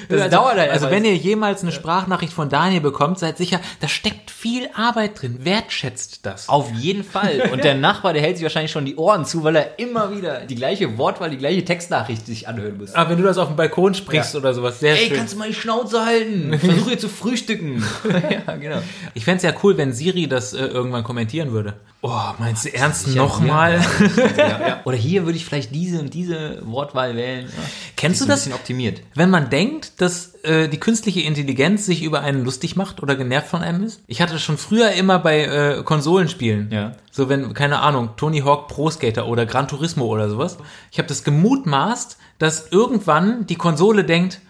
Speaker 2: Ja, okay. das
Speaker 1: also,
Speaker 2: dauert halt
Speaker 1: Also
Speaker 2: einfach.
Speaker 1: wenn ihr jemals eine Sprachnachricht von Daniel bekommt, seid sicher, da steckt viel Arbeit drin. Wertschätzt das.
Speaker 2: Auf
Speaker 1: [laughs]
Speaker 2: jeden Fall. Und der Nachbar, der hält sich wahrscheinlich schon die Ohren zu, weil er immer wieder die gleiche Wortwahl, die gleiche Textnachricht sich anhören muss.
Speaker 1: Aber Ah, wenn du das auf dem Balkon sprichst oder sowas, sehr
Speaker 2: Ey,
Speaker 1: schön.
Speaker 2: kannst du mal die Schnauze halten? [laughs] Ich versuche hier zu frühstücken. [laughs] ja, genau.
Speaker 1: ich fänd's ja cool, wenn Siri das äh, irgendwann kommentieren würde. Oh, meinst du ernst
Speaker 2: sicher,
Speaker 1: nochmal?
Speaker 2: Oder hier würde ich vielleicht diese und diese Wortwahl wählen. Ja.
Speaker 1: Kennst du
Speaker 2: Ist ein
Speaker 1: das?
Speaker 2: bisschen optimiert.
Speaker 1: Wenn man denkt, dass äh, die künstliche Intelligenz sich über einen lustig macht oder genervt von einem ist. Ich hatte schon früher immer bei äh, Konsolenspielen.
Speaker 2: Ja.
Speaker 1: So wenn, keine Ahnung, Tony Hawk Pro Skater oder Gran Turismo oder sowas. Ich habe das gemutmaßt, dass irgendwann die Konsole denkt,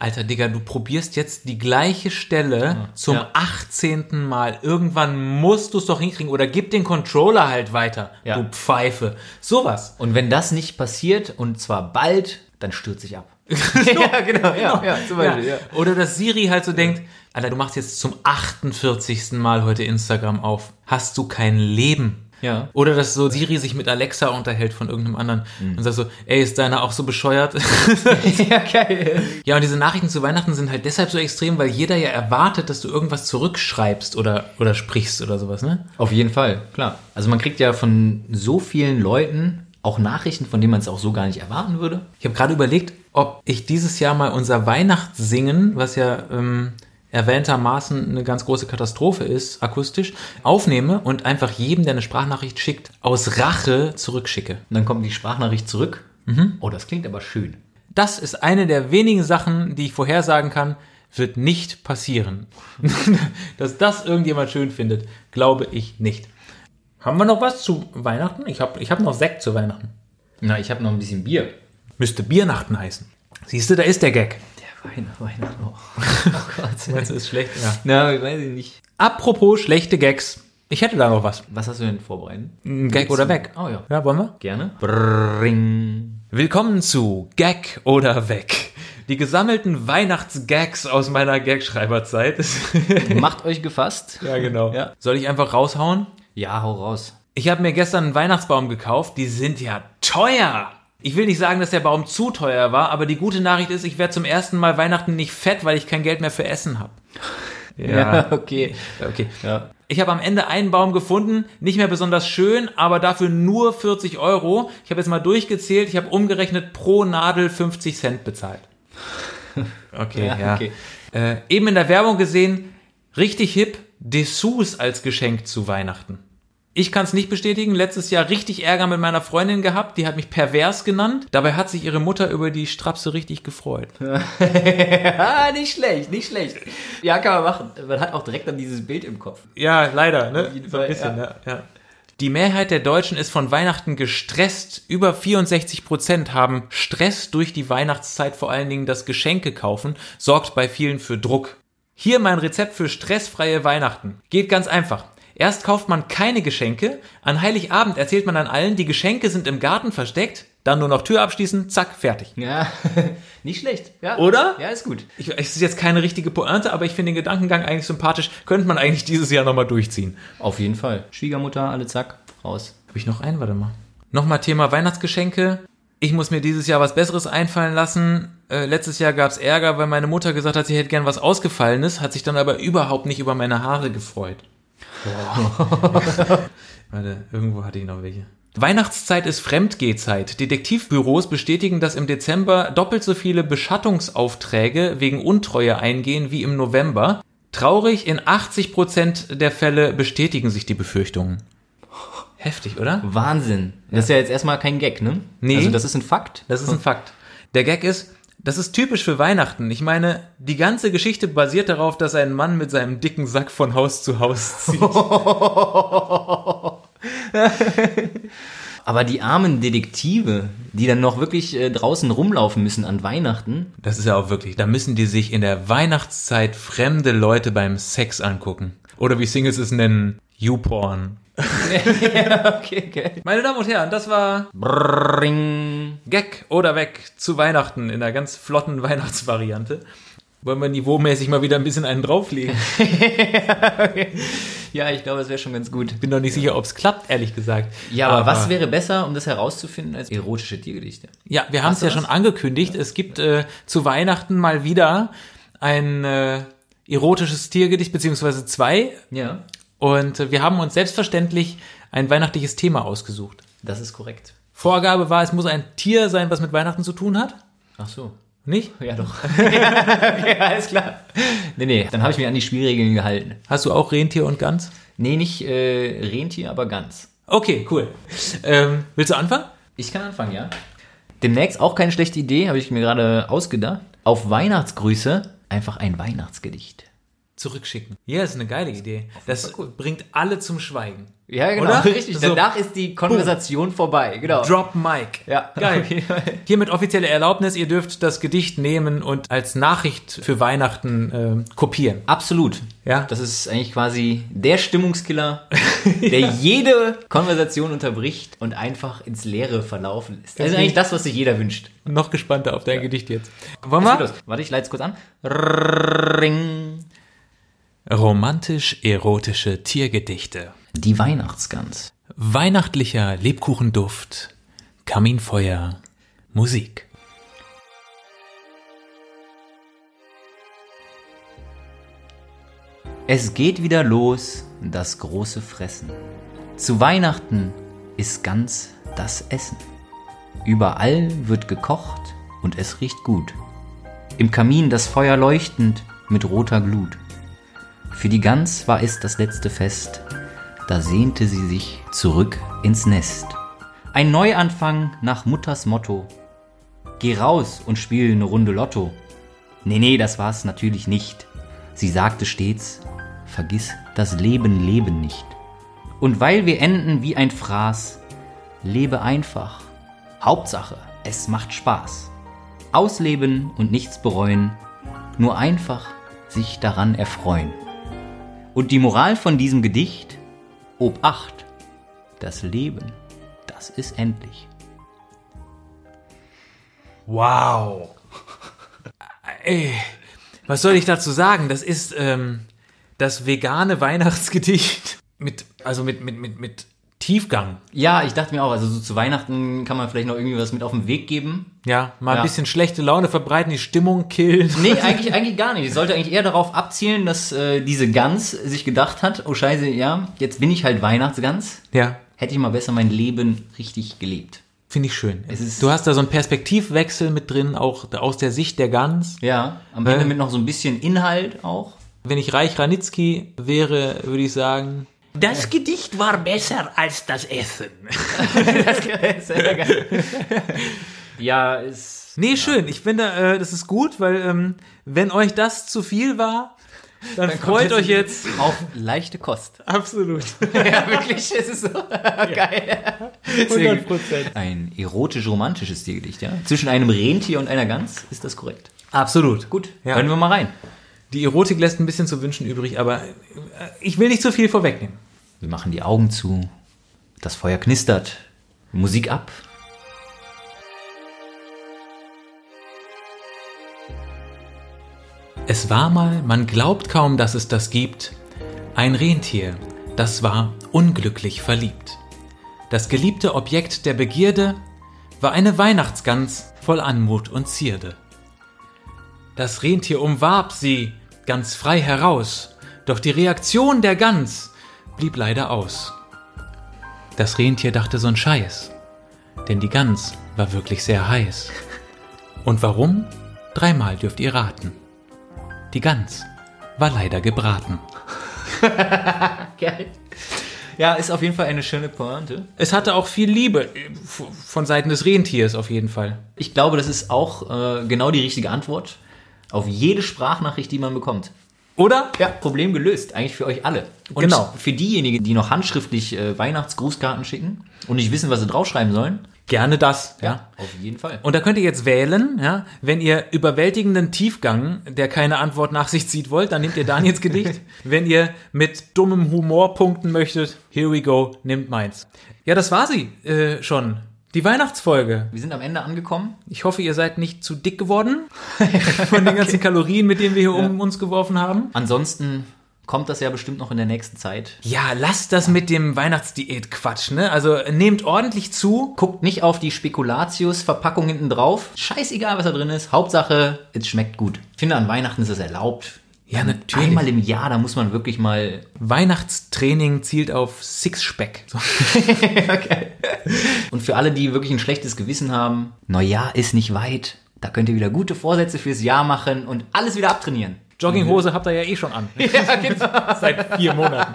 Speaker 1: Alter Digga, du probierst jetzt die gleiche Stelle zum
Speaker 2: Ja.
Speaker 1: 18. Mal. Irgendwann musst du es doch hinkriegen oder gib den Controller halt weiter,
Speaker 2: Ja.
Speaker 1: du Pfeife. Sowas.
Speaker 2: Und wenn das nicht passiert, und zwar bald, dann stürze ich ab. [laughs] ja, [laughs] genau, ja, ja, zum
Speaker 1: Ja. Oder dass Siri halt so denkt, Alter, du machst jetzt zum 48. Mal heute Instagram auf. Hast du kein Leben?
Speaker 2: Ja.
Speaker 1: Oder dass so Siri sich mit Alexa unterhält von irgendeinem anderen
Speaker 2: Mhm.
Speaker 1: und sagt so, ey, ist deiner auch so
Speaker 2: [laughs]
Speaker 1: bescheuert?
Speaker 2: Ja, geil.
Speaker 1: ja, und diese Nachrichten zu Weihnachten sind halt deshalb so extrem, weil jeder ja erwartet, dass du irgendwas zurückschreibst oder, oder sprichst oder sowas, ne?
Speaker 2: Auf jeden Fall, klar. Also man kriegt ja von so vielen Leuten auch Nachrichten, von denen man es auch so gar nicht erwarten würde.
Speaker 1: Ich habe gerade überlegt, ob ich dieses Jahr mal unser Weihnachtssingen, was ja ähm, erwähntermaßen eine ganz große Katastrophe ist, akustisch, aufnehme und einfach jedem, der eine Sprachnachricht schickt, aus Rache zurückschicke.
Speaker 2: Und dann kommt die Sprachnachricht zurück. Oh, das klingt aber schön.
Speaker 1: Das ist eine der wenigen Sachen, die ich vorhersagen kann, wird nicht passieren. [laughs] Dass das irgendjemand schön findet, glaube ich nicht. Haben wir noch was zu Weihnachten? Ich habe ich hab noch Sekt zu Weihnachten.
Speaker 2: Na, ich habe noch ein bisschen Bier.
Speaker 1: Müsste Biernachten heißen. Siehst du, da ist der Gag.
Speaker 2: Der Weihnachten, Weihnachten. Oh,
Speaker 1: [laughs]
Speaker 2: oh Gott.
Speaker 1: ist schlecht. Ja.
Speaker 2: Na, ich weiß nicht.
Speaker 1: Apropos schlechte Gags. Ich hätte da noch was.
Speaker 2: Was hast du denn vorbereitet?
Speaker 1: Ein Gag oder weg.
Speaker 2: Oh ja.
Speaker 1: Ja, wollen wir?
Speaker 2: Gerne. Brrring.
Speaker 1: Willkommen zu Gag oder weg. Die gesammelten Weihnachtsgags aus meiner Gagschreiberzeit. [laughs]
Speaker 2: Macht euch gefasst.
Speaker 1: ja, genau.
Speaker 2: Ja.
Speaker 1: Soll ich einfach raushauen?
Speaker 2: Ja, hau raus.
Speaker 1: Ich habe mir gestern einen Weihnachtsbaum gekauft. Die sind ja teuer. Ich will nicht sagen, dass der Baum zu teuer war, aber die gute Nachricht ist, ich werde zum ersten Mal Weihnachten nicht fett, weil ich kein Geld mehr für Essen [laughs] habe.
Speaker 2: Ja, okay.
Speaker 1: okay.
Speaker 2: Ja.
Speaker 1: Ich habe am Ende einen Baum gefunden, nicht mehr besonders schön, aber dafür nur 40 Euro. Ich habe jetzt mal durchgezählt, ich habe umgerechnet pro Nadel 50 Cent bezahlt. Okay, ja.
Speaker 2: Ja, okay.
Speaker 1: Äh, eben in der Werbung gesehen, richtig hip, Dessous als Geschenk zu Weihnachten. Ich kann es nicht bestätigen, letztes Jahr richtig Ärger mit meiner Freundin gehabt, die hat mich pervers genannt. Dabei hat sich ihre Mutter über die Strapse richtig gefreut.
Speaker 2: Ah, nicht schlecht, nicht schlecht. Ja, kann man machen. Man hat auch direkt dann dieses Bild im Kopf.
Speaker 1: Ja, leider, ne?
Speaker 2: jeden
Speaker 1: so ein
Speaker 2: Fall,
Speaker 1: bisschen, ja. Ja, Die Mehrheit der Deutschen ist von Weihnachten gestresst. Über 64 Prozent haben Stress durch die Weihnachtszeit, vor allen Dingen das Geschenke kaufen, sorgt bei vielen für Druck. Hier mein Rezept für stressfreie Weihnachten. Geht ganz einfach. Erst kauft man keine Geschenke, an Heiligabend erzählt man dann allen, die Geschenke sind im Garten versteckt, dann nur noch Tür abschließen, zack, fertig.
Speaker 2: Ja, [laughs] nicht schlecht. Ja.
Speaker 1: Oder?
Speaker 2: Ja, ist gut.
Speaker 1: Ich, es ist jetzt keine richtige Pointe, aber ich finde den Gedankengang eigentlich sympathisch. Könnte man eigentlich dieses Jahr nochmal durchziehen.
Speaker 2: Auf jeden Fall. Schwiegermutter, alle zack, raus.
Speaker 1: Habe ich noch einen? Warte mal. Nochmal Thema Weihnachtsgeschenke. Ich muss mir dieses Jahr was Besseres einfallen lassen. Äh, letztes Jahr gab's Ärger, weil meine Mutter gesagt hat, sie hätte gern was Ausgefallenes, hat sich dann aber überhaupt nicht über meine Haare gefreut. [laughs] Warte, irgendwo hatte ich noch welche. Weihnachtszeit ist Fremdgehzeit. Detektivbüros bestätigen, dass im Dezember doppelt so viele Beschattungsaufträge wegen Untreue eingehen wie im November. Traurig, in 80% der Fälle bestätigen sich die Befürchtungen. Heftig, oder?
Speaker 2: Wahnsinn. Das ist ja jetzt erstmal kein Gag, ne?
Speaker 1: Nee.
Speaker 2: Also das ist ein Fakt.
Speaker 1: Das ist ein Fakt. Der Gag ist, das ist typisch für Weihnachten. Ich meine, die ganze Geschichte basiert darauf, dass ein Mann mit seinem dicken Sack von Haus zu Haus [laughs] zieht.
Speaker 2: Aber die armen Detektive, die dann noch wirklich äh, draußen rumlaufen müssen an Weihnachten. [laughs]
Speaker 1: Das ist ja auch wirklich, da müssen die sich in der Weihnachtszeit fremde Leute beim Sex angucken. Oder wie Singles es nennen, YouPorn.
Speaker 2: Okay, okay.
Speaker 1: Meine Damen und Herren, das war
Speaker 2: Brrring.
Speaker 1: Gag oder weg zu Weihnachten in einer ganz flotten Weihnachtsvariante. Wollen wir niveaumäßig mal wieder ein bisschen einen drauflegen?
Speaker 2: Ja, ich glaube, es wäre schon ganz gut.
Speaker 1: Bin doch nicht sicher, ob es klappt, ehrlich gesagt.
Speaker 2: Ja, aber, was wäre besser, um das herauszufinden, als erotische Tiergedichte?
Speaker 1: Ja, wir haben es
Speaker 2: du
Speaker 1: ja
Speaker 2: was?
Speaker 1: schon angekündigt. Es gibt äh, zu Weihnachten mal wieder ein äh, erotisches Tiergedicht, beziehungsweise zwei.
Speaker 2: Ja,
Speaker 1: Und äh, wir haben uns selbstverständlich ein weihnachtliches Thema ausgesucht.
Speaker 2: das ist korrekt.
Speaker 1: Vorgabe war, es muss ein Tier sein, was mit Weihnachten zu tun hat.
Speaker 2: Ach so.
Speaker 1: Nicht?
Speaker 2: Ja, doch. [laughs] ja, alles klar. Nee, nee, dann habe ich mich an die Spielregeln gehalten.
Speaker 1: Hast du auch Rentier und Gans?
Speaker 2: Nee, nicht äh, Rentier, aber Gans.
Speaker 1: Okay, cool. Ähm, willst du anfangen?
Speaker 2: Ich kann anfangen, ja? Demnächst auch keine schlechte Idee, habe ich mir gerade ausgedacht. Auf Weihnachtsgrüße einfach ein Weihnachtsgedicht.
Speaker 1: Zurückschicken. Ja, ist eine geile Idee. Das bringt alle zum Schweigen.
Speaker 2: Ja, genau.
Speaker 1: Oder?
Speaker 2: Richtig.
Speaker 1: So.
Speaker 2: Danach ist die Konversation vorbei. Genau.
Speaker 1: Drop Mic.
Speaker 2: Ja.
Speaker 1: Geil. Hiermit offizielle Erlaubnis, ihr dürft das Gedicht nehmen und als Nachricht für Weihnachten ähm, kopieren.
Speaker 2: Absolut.
Speaker 1: Ja.
Speaker 2: Das ist eigentlich quasi
Speaker 1: [laughs]
Speaker 2: der Stimmungskiller, der jede Konversation unterbricht und einfach ins Leere verlaufen lässt. Das ist eigentlich das, was sich jeder wünscht.
Speaker 1: Noch gespannter auf dein Gedicht jetzt. Wollen
Speaker 2: Geht
Speaker 1: wir?
Speaker 2: los. Warte, ich leite es kurz an. Ring.
Speaker 1: Romantisch-erotische Tiergedichte.
Speaker 2: Die Weihnachtsgans.
Speaker 1: Weihnachtlicher Lebkuchenduft. Kaminfeuer. Musik.
Speaker 2: Es geht wieder los, das große Fressen. Zu Weihnachten ist ganz das Essen. Überall wird gekocht und es riecht gut. Im Kamin das Feuer leuchtend mit roter Glut. Für die Gans war es das letzte Fest, da sehnte sie sich zurück ins Nest. Ein Neuanfang nach Mutters Motto. Geh raus und spiel eine Runde Lotto. Nee, nee, das war's natürlich nicht. Sie sagte stets, vergiss das Leben, Leben nicht. Und weil wir enden wie ein Fraß, lebe einfach. Hauptsache, es macht Spaß. Ausleben und nichts bereuen, nur einfach sich daran erfreuen. Und die Moral von diesem Gedicht? Obacht, das Leben, das ist endlich.
Speaker 1: Wow. Ey, was soll ich dazu sagen? Das [laughs] ist ähm, das vegane Weihnachtsgedicht mit, also mit, mit, mit, mit Tiefgang.
Speaker 2: Ja, ich dachte mir auch, also so zu Weihnachten kann man vielleicht noch irgendwie was mit auf den Weg geben.
Speaker 1: Ja, mal
Speaker 2: Ja.
Speaker 1: ein bisschen schlechte Laune verbreiten, die Stimmung killen. [laughs]
Speaker 2: Nee, eigentlich, eigentlich gar nicht. Ich sollte eigentlich eher darauf abzielen, dass äh, diese Gans sich gedacht hat, oh scheiße, ja, jetzt bin ich halt Weihnachtsgans.
Speaker 1: Ja,
Speaker 2: Hätte ich mal besser mein Leben richtig gelebt.
Speaker 1: finde ich schön.
Speaker 2: ist-
Speaker 1: du hast da so einen Perspektivwechsel mit drin, auch aus der Sicht der Gans.
Speaker 2: Ja, am Ende mit noch so ein bisschen Inhalt auch. [laughs]
Speaker 1: Wenn ich Reich Ranitzky wäre, würde ich sagen,
Speaker 4: Das Gedicht war besser als das Essen.
Speaker 2: Ja, ist.
Speaker 1: Nee, schön. Ich finde, äh, das ist gut, weil ähm, wenn euch das zu viel war, dann, freut euch jetzt.
Speaker 2: Auf leichte Kost.
Speaker 1: Absolut.
Speaker 2: [laughs] ja, wirklich, es ist so geil.
Speaker 1: 100 Prozent.
Speaker 2: Ein erotisch-romantisches Tiergedicht, ja? Zwischen einem Rentier und einer Gans, ist das korrekt?
Speaker 1: Absolut.
Speaker 2: Gut,
Speaker 1: Ja.
Speaker 2: hören wir mal rein.
Speaker 1: Die Erotik lässt ein bisschen zu wünschen übrig, aber äh, ich will nicht zu viel vorwegnehmen.
Speaker 2: Wir machen die Augen zu. Das Feuer knistert. Musik ab.
Speaker 1: Es war mal, man glaubt kaum, dass es das gibt, ein Rentier, das war unglücklich verliebt. Das geliebte Objekt der Begierde war eine Weihnachtsgans voll Anmut und Zierde. Das Rentier umwarb sie ganz frei heraus, doch die Reaktion der Gans blieb leider aus. Das Rentier dachte so'n Scheiß, denn die Gans war wirklich sehr heiß. Und warum? Dreimal dürft ihr raten. Die Gans war leider gebraten.
Speaker 2: Geil. Ja, ist auf jeden Fall eine schöne Pointe.
Speaker 1: Es hatte auch viel Liebe äh, v- von Seiten des Rentiers auf jeden Fall.
Speaker 2: Ich glaube, das ist auch äh, genau die richtige Antwort auf jede Sprachnachricht, die man bekommt.
Speaker 1: Oder?
Speaker 2: Ja, Problem gelöst, eigentlich für euch alle. Und
Speaker 1: Genau.
Speaker 2: für diejenigen, die noch handschriftlich äh, Weihnachtsgrußkarten schicken und nicht wissen, was sie draufschreiben sollen,
Speaker 1: Gerne das, ja.
Speaker 2: auf jeden Fall.
Speaker 1: Und da könnt ihr jetzt wählen, ja, wenn ihr überwältigenden Tiefgang, der keine Antwort nach sich zieht wollt, dann nehmt ihr Daniels Gedicht. Wenn ihr mit dummem Humor punkten möchtet, here we go, nehmt meins. Ja, das war sie äh, schon. Die Weihnachtsfolge.
Speaker 2: wir sind am Ende angekommen.
Speaker 1: Ich hoffe, ihr seid nicht zu dick geworden von den ganzen Kalorien, mit denen wir hier um uns geworfen haben.
Speaker 2: Ansonsten kommt das ja bestimmt noch in der nächsten Zeit.
Speaker 1: Ja, lasst das mit dem Weihnachtsdiät-Quatsch, ne? Also nehmt ordentlich zu.
Speaker 2: Guckt nicht auf die Spekulatius-Verpackung hinten drauf. Scheißegal, was da drin ist. Hauptsache, es schmeckt gut. Ich finde, an Weihnachten ist es erlaubt.
Speaker 1: Ja, natürlich.
Speaker 2: Einmal im Jahr, da muss man wirklich mal.
Speaker 1: Weihnachtstraining zielt auf Sixpack. So.
Speaker 2: Und für alle, die wirklich ein schlechtes Gewissen haben, Neujahr ist nicht weit. Da könnt ihr wieder gute Vorsätze fürs Jahr machen und alles wieder abtrainieren. Mhm.
Speaker 1: Jogginghose habt ihr ja eh schon an.
Speaker 2: [laughs] Ja, genau.
Speaker 1: Seit vier
Speaker 2: [laughs]
Speaker 1: Monaten.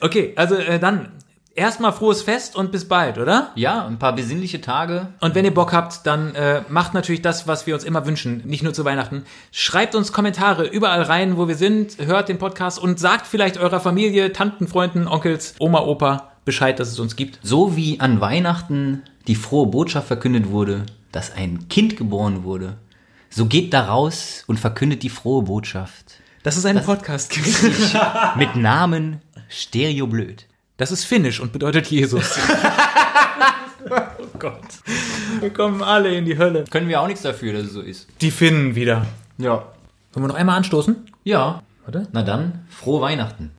Speaker 1: Okay, also äh, dann erstmal frohes Fest und bis bald, oder?
Speaker 2: Ja, ein paar besinnliche Tage.
Speaker 1: Und wenn ihr Bock habt, dann äh, macht natürlich das, was wir uns immer wünschen, nicht nur zu Weihnachten. Schreibt uns Kommentare überall rein, wo wir sind, hört den Podcast und sagt vielleicht eurer Familie, Tanten, Freunden, Onkels, Oma, Opa Bescheid, dass es uns gibt.
Speaker 2: So wie an Weihnachten die frohe Botschaft verkündet wurde, dass ein Kind geboren wurde, so geht da raus und verkündet die frohe Botschaft.
Speaker 1: Dass es einen Podcast gibt.
Speaker 2: Mit Namen Stereo Blöd.
Speaker 1: Das ist finnisch und bedeutet Jesus. oh Gott. Wir kommen alle in die Hölle.
Speaker 2: Können wir auch nichts dafür, dass es so ist.
Speaker 1: Die Finnen wieder.
Speaker 2: Ja.
Speaker 1: Wollen wir noch einmal anstoßen?
Speaker 2: Ja.
Speaker 1: Warte.
Speaker 2: Na dann, frohe Weihnachten.